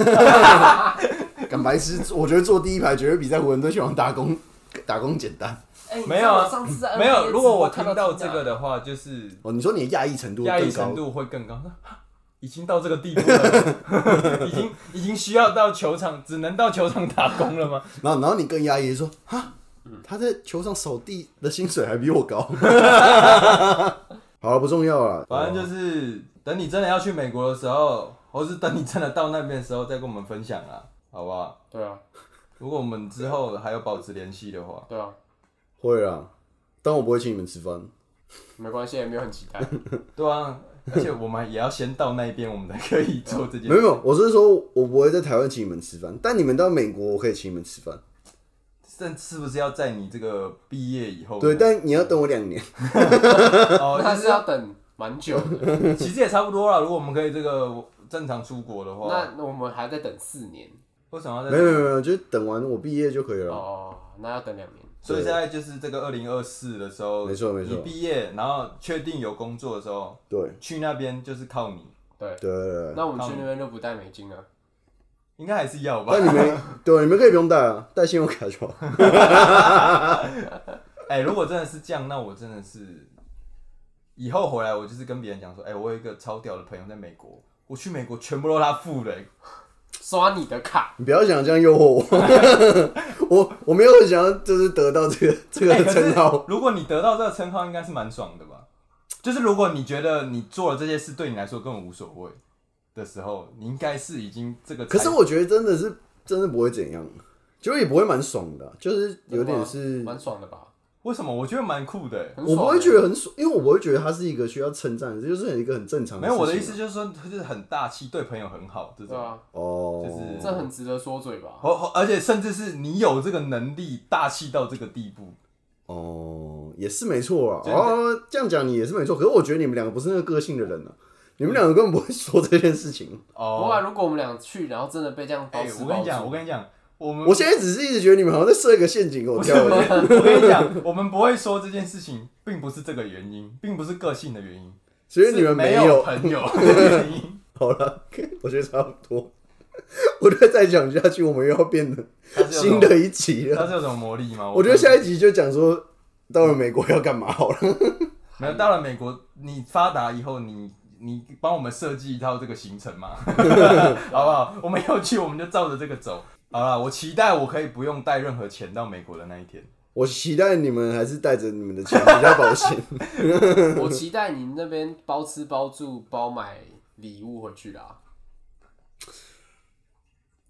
[SPEAKER 1] 敢白痴， 我觉得坐第一排绝对比在湖人队球场打工打工简单。
[SPEAKER 3] 哎，你知道吗
[SPEAKER 2] 没有啊
[SPEAKER 3] 上次在
[SPEAKER 2] 没
[SPEAKER 3] NBA
[SPEAKER 2] 有，如果我
[SPEAKER 3] 直播看
[SPEAKER 2] 听
[SPEAKER 3] 到
[SPEAKER 2] 到这个的话，就是
[SPEAKER 1] 哦，你说你的压抑程度
[SPEAKER 2] 压抑
[SPEAKER 1] 更高
[SPEAKER 2] 程度会更高。 已经到这个地步了， 已经已经需要到球场，只能到球场打工了吗？
[SPEAKER 1] 然后然后你更压抑说，哈，他在球场扫地的薪水还比我 高。好了，不重要了，
[SPEAKER 2] 反正就是等你真的要去美国的时候，或是等你真的到那边的时候，再跟我们分享啊，好不好？
[SPEAKER 3] 对啊，
[SPEAKER 2] 如果我们之后还有保持联系的话，
[SPEAKER 3] 对啊，
[SPEAKER 1] 会啊，但我不会请你们吃饭。
[SPEAKER 3] 没关系，也没有很期 待，
[SPEAKER 2] 对啊，而且我们也要先到那边，我们才可以做这件
[SPEAKER 1] 没有
[SPEAKER 2] 事。
[SPEAKER 1] 没有，我是说我不会在台湾请你们吃饭，但你们到美国我可以请你们吃饭。
[SPEAKER 2] 但是不是要在你这个毕业以后？
[SPEAKER 1] 对，但你要等我两年。
[SPEAKER 2] 哦，
[SPEAKER 3] 但是要等蛮久 的，
[SPEAKER 2] 其实也差不多了。如果我们可以这个正常出国的话，
[SPEAKER 3] 那那我们还在等四年
[SPEAKER 2] 为什么要
[SPEAKER 1] 没
[SPEAKER 2] 在？
[SPEAKER 1] 有没有没有，就是等完我毕业就可以
[SPEAKER 2] 啊
[SPEAKER 1] 了。
[SPEAKER 3] 哦，那要等两年，
[SPEAKER 2] 所以现在就是这个二零二四的时候，
[SPEAKER 1] 没错没错
[SPEAKER 2] 你毕业然后确定有工作的时候，
[SPEAKER 1] 对
[SPEAKER 2] 去那边就是靠你，
[SPEAKER 3] 对，
[SPEAKER 1] 对对，对
[SPEAKER 3] 那我们去那边就不带美金了，
[SPEAKER 2] 应该还是要吧
[SPEAKER 1] 但？你 们对你们可以不用带啊，带信用卡就好。
[SPEAKER 2] 哎、如果真的是这样，那我真的是以后回来，我就是跟别人讲说，哎、我有一个超屌的朋友在美国，我去美国全部都他付的、欸
[SPEAKER 3] 刷你的卡，
[SPEAKER 1] 你不要想这样诱惑我，我 我没有很想要就是得到这个这
[SPEAKER 2] 哎
[SPEAKER 1] 个
[SPEAKER 2] 可是
[SPEAKER 1] 称号。
[SPEAKER 2] 如果你得到这个称号，应该是蛮爽的吧？就是如果你觉得你做了这些事对你来说根本无所谓的时候，你应该是已经这个财。
[SPEAKER 1] 可是我觉得真的是真的不会怎样，就也不会蛮爽的啊，就是有点是
[SPEAKER 3] 蛮爽的吧？
[SPEAKER 2] 为什么？我觉得蛮酷的、
[SPEAKER 3] 很
[SPEAKER 1] 我
[SPEAKER 3] 爽
[SPEAKER 1] 不会
[SPEAKER 3] 欸
[SPEAKER 1] 觉得很爽，因为我不会觉得它是一个需要称赞的，这就是一个很正常的
[SPEAKER 2] 没
[SPEAKER 1] 事情啊。
[SPEAKER 2] 有，我的意思就是说，就是很大气，对朋友很好这
[SPEAKER 3] 对
[SPEAKER 2] 种。
[SPEAKER 3] 啊，
[SPEAKER 1] 哦，
[SPEAKER 2] 就是
[SPEAKER 3] 这很值得说嘴吧？
[SPEAKER 2] 而而且甚至是你有这个能力大气到这个地步，
[SPEAKER 1] 哦，也是没错啊。
[SPEAKER 2] 真的
[SPEAKER 1] 哦，这样讲你也是没错，可是我觉得你们两个不是那个个性的人啊，你们两个根本不会说这件事情。
[SPEAKER 2] 哦
[SPEAKER 3] 不过啊如果我们俩去，然后真的被这样包
[SPEAKER 2] 哎、
[SPEAKER 3] 吃
[SPEAKER 2] 我跟
[SPEAKER 3] 包
[SPEAKER 2] 你讲，我
[SPEAKER 3] 住，
[SPEAKER 2] 跟你讲，我们
[SPEAKER 1] 我现在只是一直觉得你们好像在设一个陷阱给我
[SPEAKER 2] 不是
[SPEAKER 1] 跳
[SPEAKER 2] 不
[SPEAKER 1] 而已。
[SPEAKER 2] 是， 我跟你讲，我们不会说这件事情，并不是这个原因，并不是个性的原因，
[SPEAKER 1] 所以你们
[SPEAKER 2] 是没
[SPEAKER 1] 有
[SPEAKER 2] 朋友的原 因。
[SPEAKER 1] 好了，我觉得差不多。我觉得再讲下去，我们又要变成
[SPEAKER 2] 它是有
[SPEAKER 1] 新
[SPEAKER 2] 什么，
[SPEAKER 1] 的一集
[SPEAKER 2] 它
[SPEAKER 1] 了。
[SPEAKER 2] 是有什么魔力吗？
[SPEAKER 1] 我觉得下一集就讲说到了美国要干嘛好了。
[SPEAKER 2] 没有到了美国，你发达以后，你你帮我们设计一套这个行程 嘛，好不好？我们要去，我们就照着这个走。好了，我期待我可以不用带任何钱到美国的那一天。
[SPEAKER 1] 我期待你们还是带着你们的钱比较保 险。
[SPEAKER 3] 我期待你那边包吃包住包买礼物回去啦。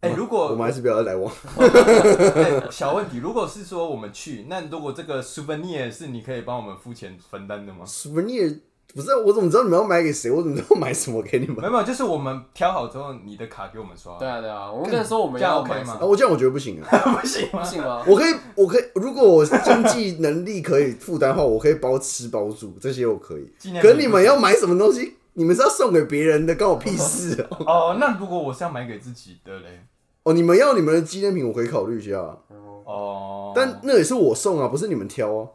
[SPEAKER 2] 哎、如
[SPEAKER 1] 我
[SPEAKER 2] 果
[SPEAKER 1] 们还是不要来往。
[SPEAKER 2] 哎小问题，如果是说我们去，那如果这个 souvenir 是你可以帮我们付钱分担的吗？
[SPEAKER 1] souvenir 不是啊我怎么知道你们要买给谁？我怎么知道买什么给你们
[SPEAKER 2] 没？有，没有，就是我们挑好之后，你的卡给我们刷。
[SPEAKER 3] 对啊对啊，我们跟你说我们
[SPEAKER 2] 这样
[SPEAKER 3] 要
[SPEAKER 2] OK
[SPEAKER 3] 买
[SPEAKER 2] 吗
[SPEAKER 3] 什
[SPEAKER 1] 啊，
[SPEAKER 3] 么
[SPEAKER 1] 我这样我觉得不行啊！
[SPEAKER 2] 不行
[SPEAKER 3] 不
[SPEAKER 2] 吗？
[SPEAKER 3] 信吗？
[SPEAKER 1] 我可以，我可以，如果我经济能力可以负担的话，我可以包吃包住，这些我可以
[SPEAKER 2] 纪念。品
[SPEAKER 1] 可你们要买什么东西，你们是要送给别人的，关我屁事哦、
[SPEAKER 2] 哦，那如果我是要买给自己的嘞？
[SPEAKER 1] 哦，你们要你们的纪念品，我可以考虑一下啊，
[SPEAKER 2] 哦，
[SPEAKER 1] 但那也是我送啊，不是你们挑啊。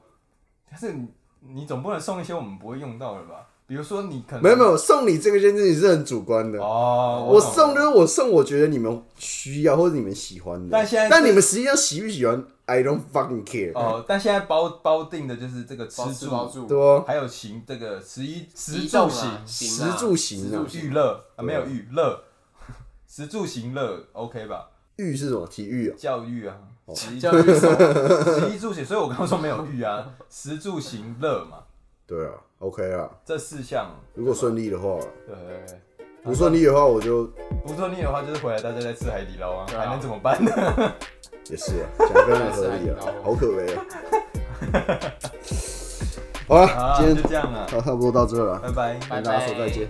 [SPEAKER 2] 但是你你总不能送一些我们不会用到的吧？比如说你可能
[SPEAKER 1] 没有没有，送你这个件事情是很主观的。
[SPEAKER 2] 哦，
[SPEAKER 1] 我
[SPEAKER 2] 懂了
[SPEAKER 1] 送就是我送，我觉得你们需要或者你们喜欢的。
[SPEAKER 2] 但现在
[SPEAKER 1] 但你们实际上喜不喜欢，I don't fucking care，、
[SPEAKER 2] 哦，但现在包包定的就是这个吃
[SPEAKER 3] 包吃
[SPEAKER 2] 住，
[SPEAKER 3] 包住，
[SPEAKER 1] 对吧、
[SPEAKER 2] 还有行这个十一食
[SPEAKER 3] 移
[SPEAKER 2] 住
[SPEAKER 3] 动
[SPEAKER 2] 行
[SPEAKER 3] 啊，
[SPEAKER 1] 食住行啊
[SPEAKER 3] 食住
[SPEAKER 2] 娱
[SPEAKER 3] 行
[SPEAKER 2] 乐啊
[SPEAKER 1] 对啊
[SPEAKER 2] 没有娱乐，食住行乐 OK 吧？
[SPEAKER 1] 育是什么？体育啊，
[SPEAKER 2] 教育啊，食衣
[SPEAKER 3] 哦教育什么
[SPEAKER 2] 食衣住行，所以我刚刚说没有育啊，食住行乐嘛，
[SPEAKER 1] 对啊，OK 啊。
[SPEAKER 2] 这四项
[SPEAKER 1] 如果顺利的话，
[SPEAKER 2] 对对对。
[SPEAKER 1] 不顺利的话，我就
[SPEAKER 2] 不顺利的话，就是回来大家再吃海底捞啊，
[SPEAKER 3] 对啊
[SPEAKER 2] 还能怎么办呢？
[SPEAKER 1] 也是啊，讲得非常合 理
[SPEAKER 3] 还是
[SPEAKER 1] 啊
[SPEAKER 3] 啊，
[SPEAKER 1] 好可悲啊。好了，
[SPEAKER 2] 啊，
[SPEAKER 1] 今
[SPEAKER 2] 就
[SPEAKER 1] 天
[SPEAKER 2] 这样啊，
[SPEAKER 1] 差差不多到这了，
[SPEAKER 2] 拜拜。
[SPEAKER 1] 跟
[SPEAKER 3] 拜
[SPEAKER 1] 大家说再见。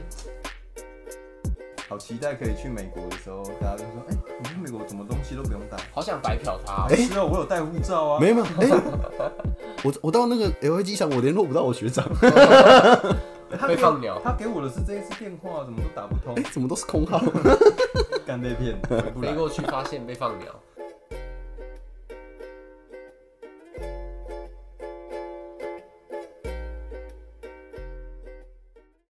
[SPEAKER 2] 好期待可以去美国的时候，大家就说，哎、你去美国什么东西都不用带。
[SPEAKER 3] 好想白嫖他哦，
[SPEAKER 1] 哎
[SPEAKER 2] 是哦，我有带护照啊。
[SPEAKER 1] 没有，哎、 我我到那个 L A 机场，我联络不到我学长，
[SPEAKER 2] 他给
[SPEAKER 3] 被放鸟
[SPEAKER 2] 他给我的是这一次电话，怎么都打不通
[SPEAKER 1] 哎、，怎么都是空号？
[SPEAKER 2] 干被骗，回不来
[SPEAKER 3] 飞。过去发现被放鸟。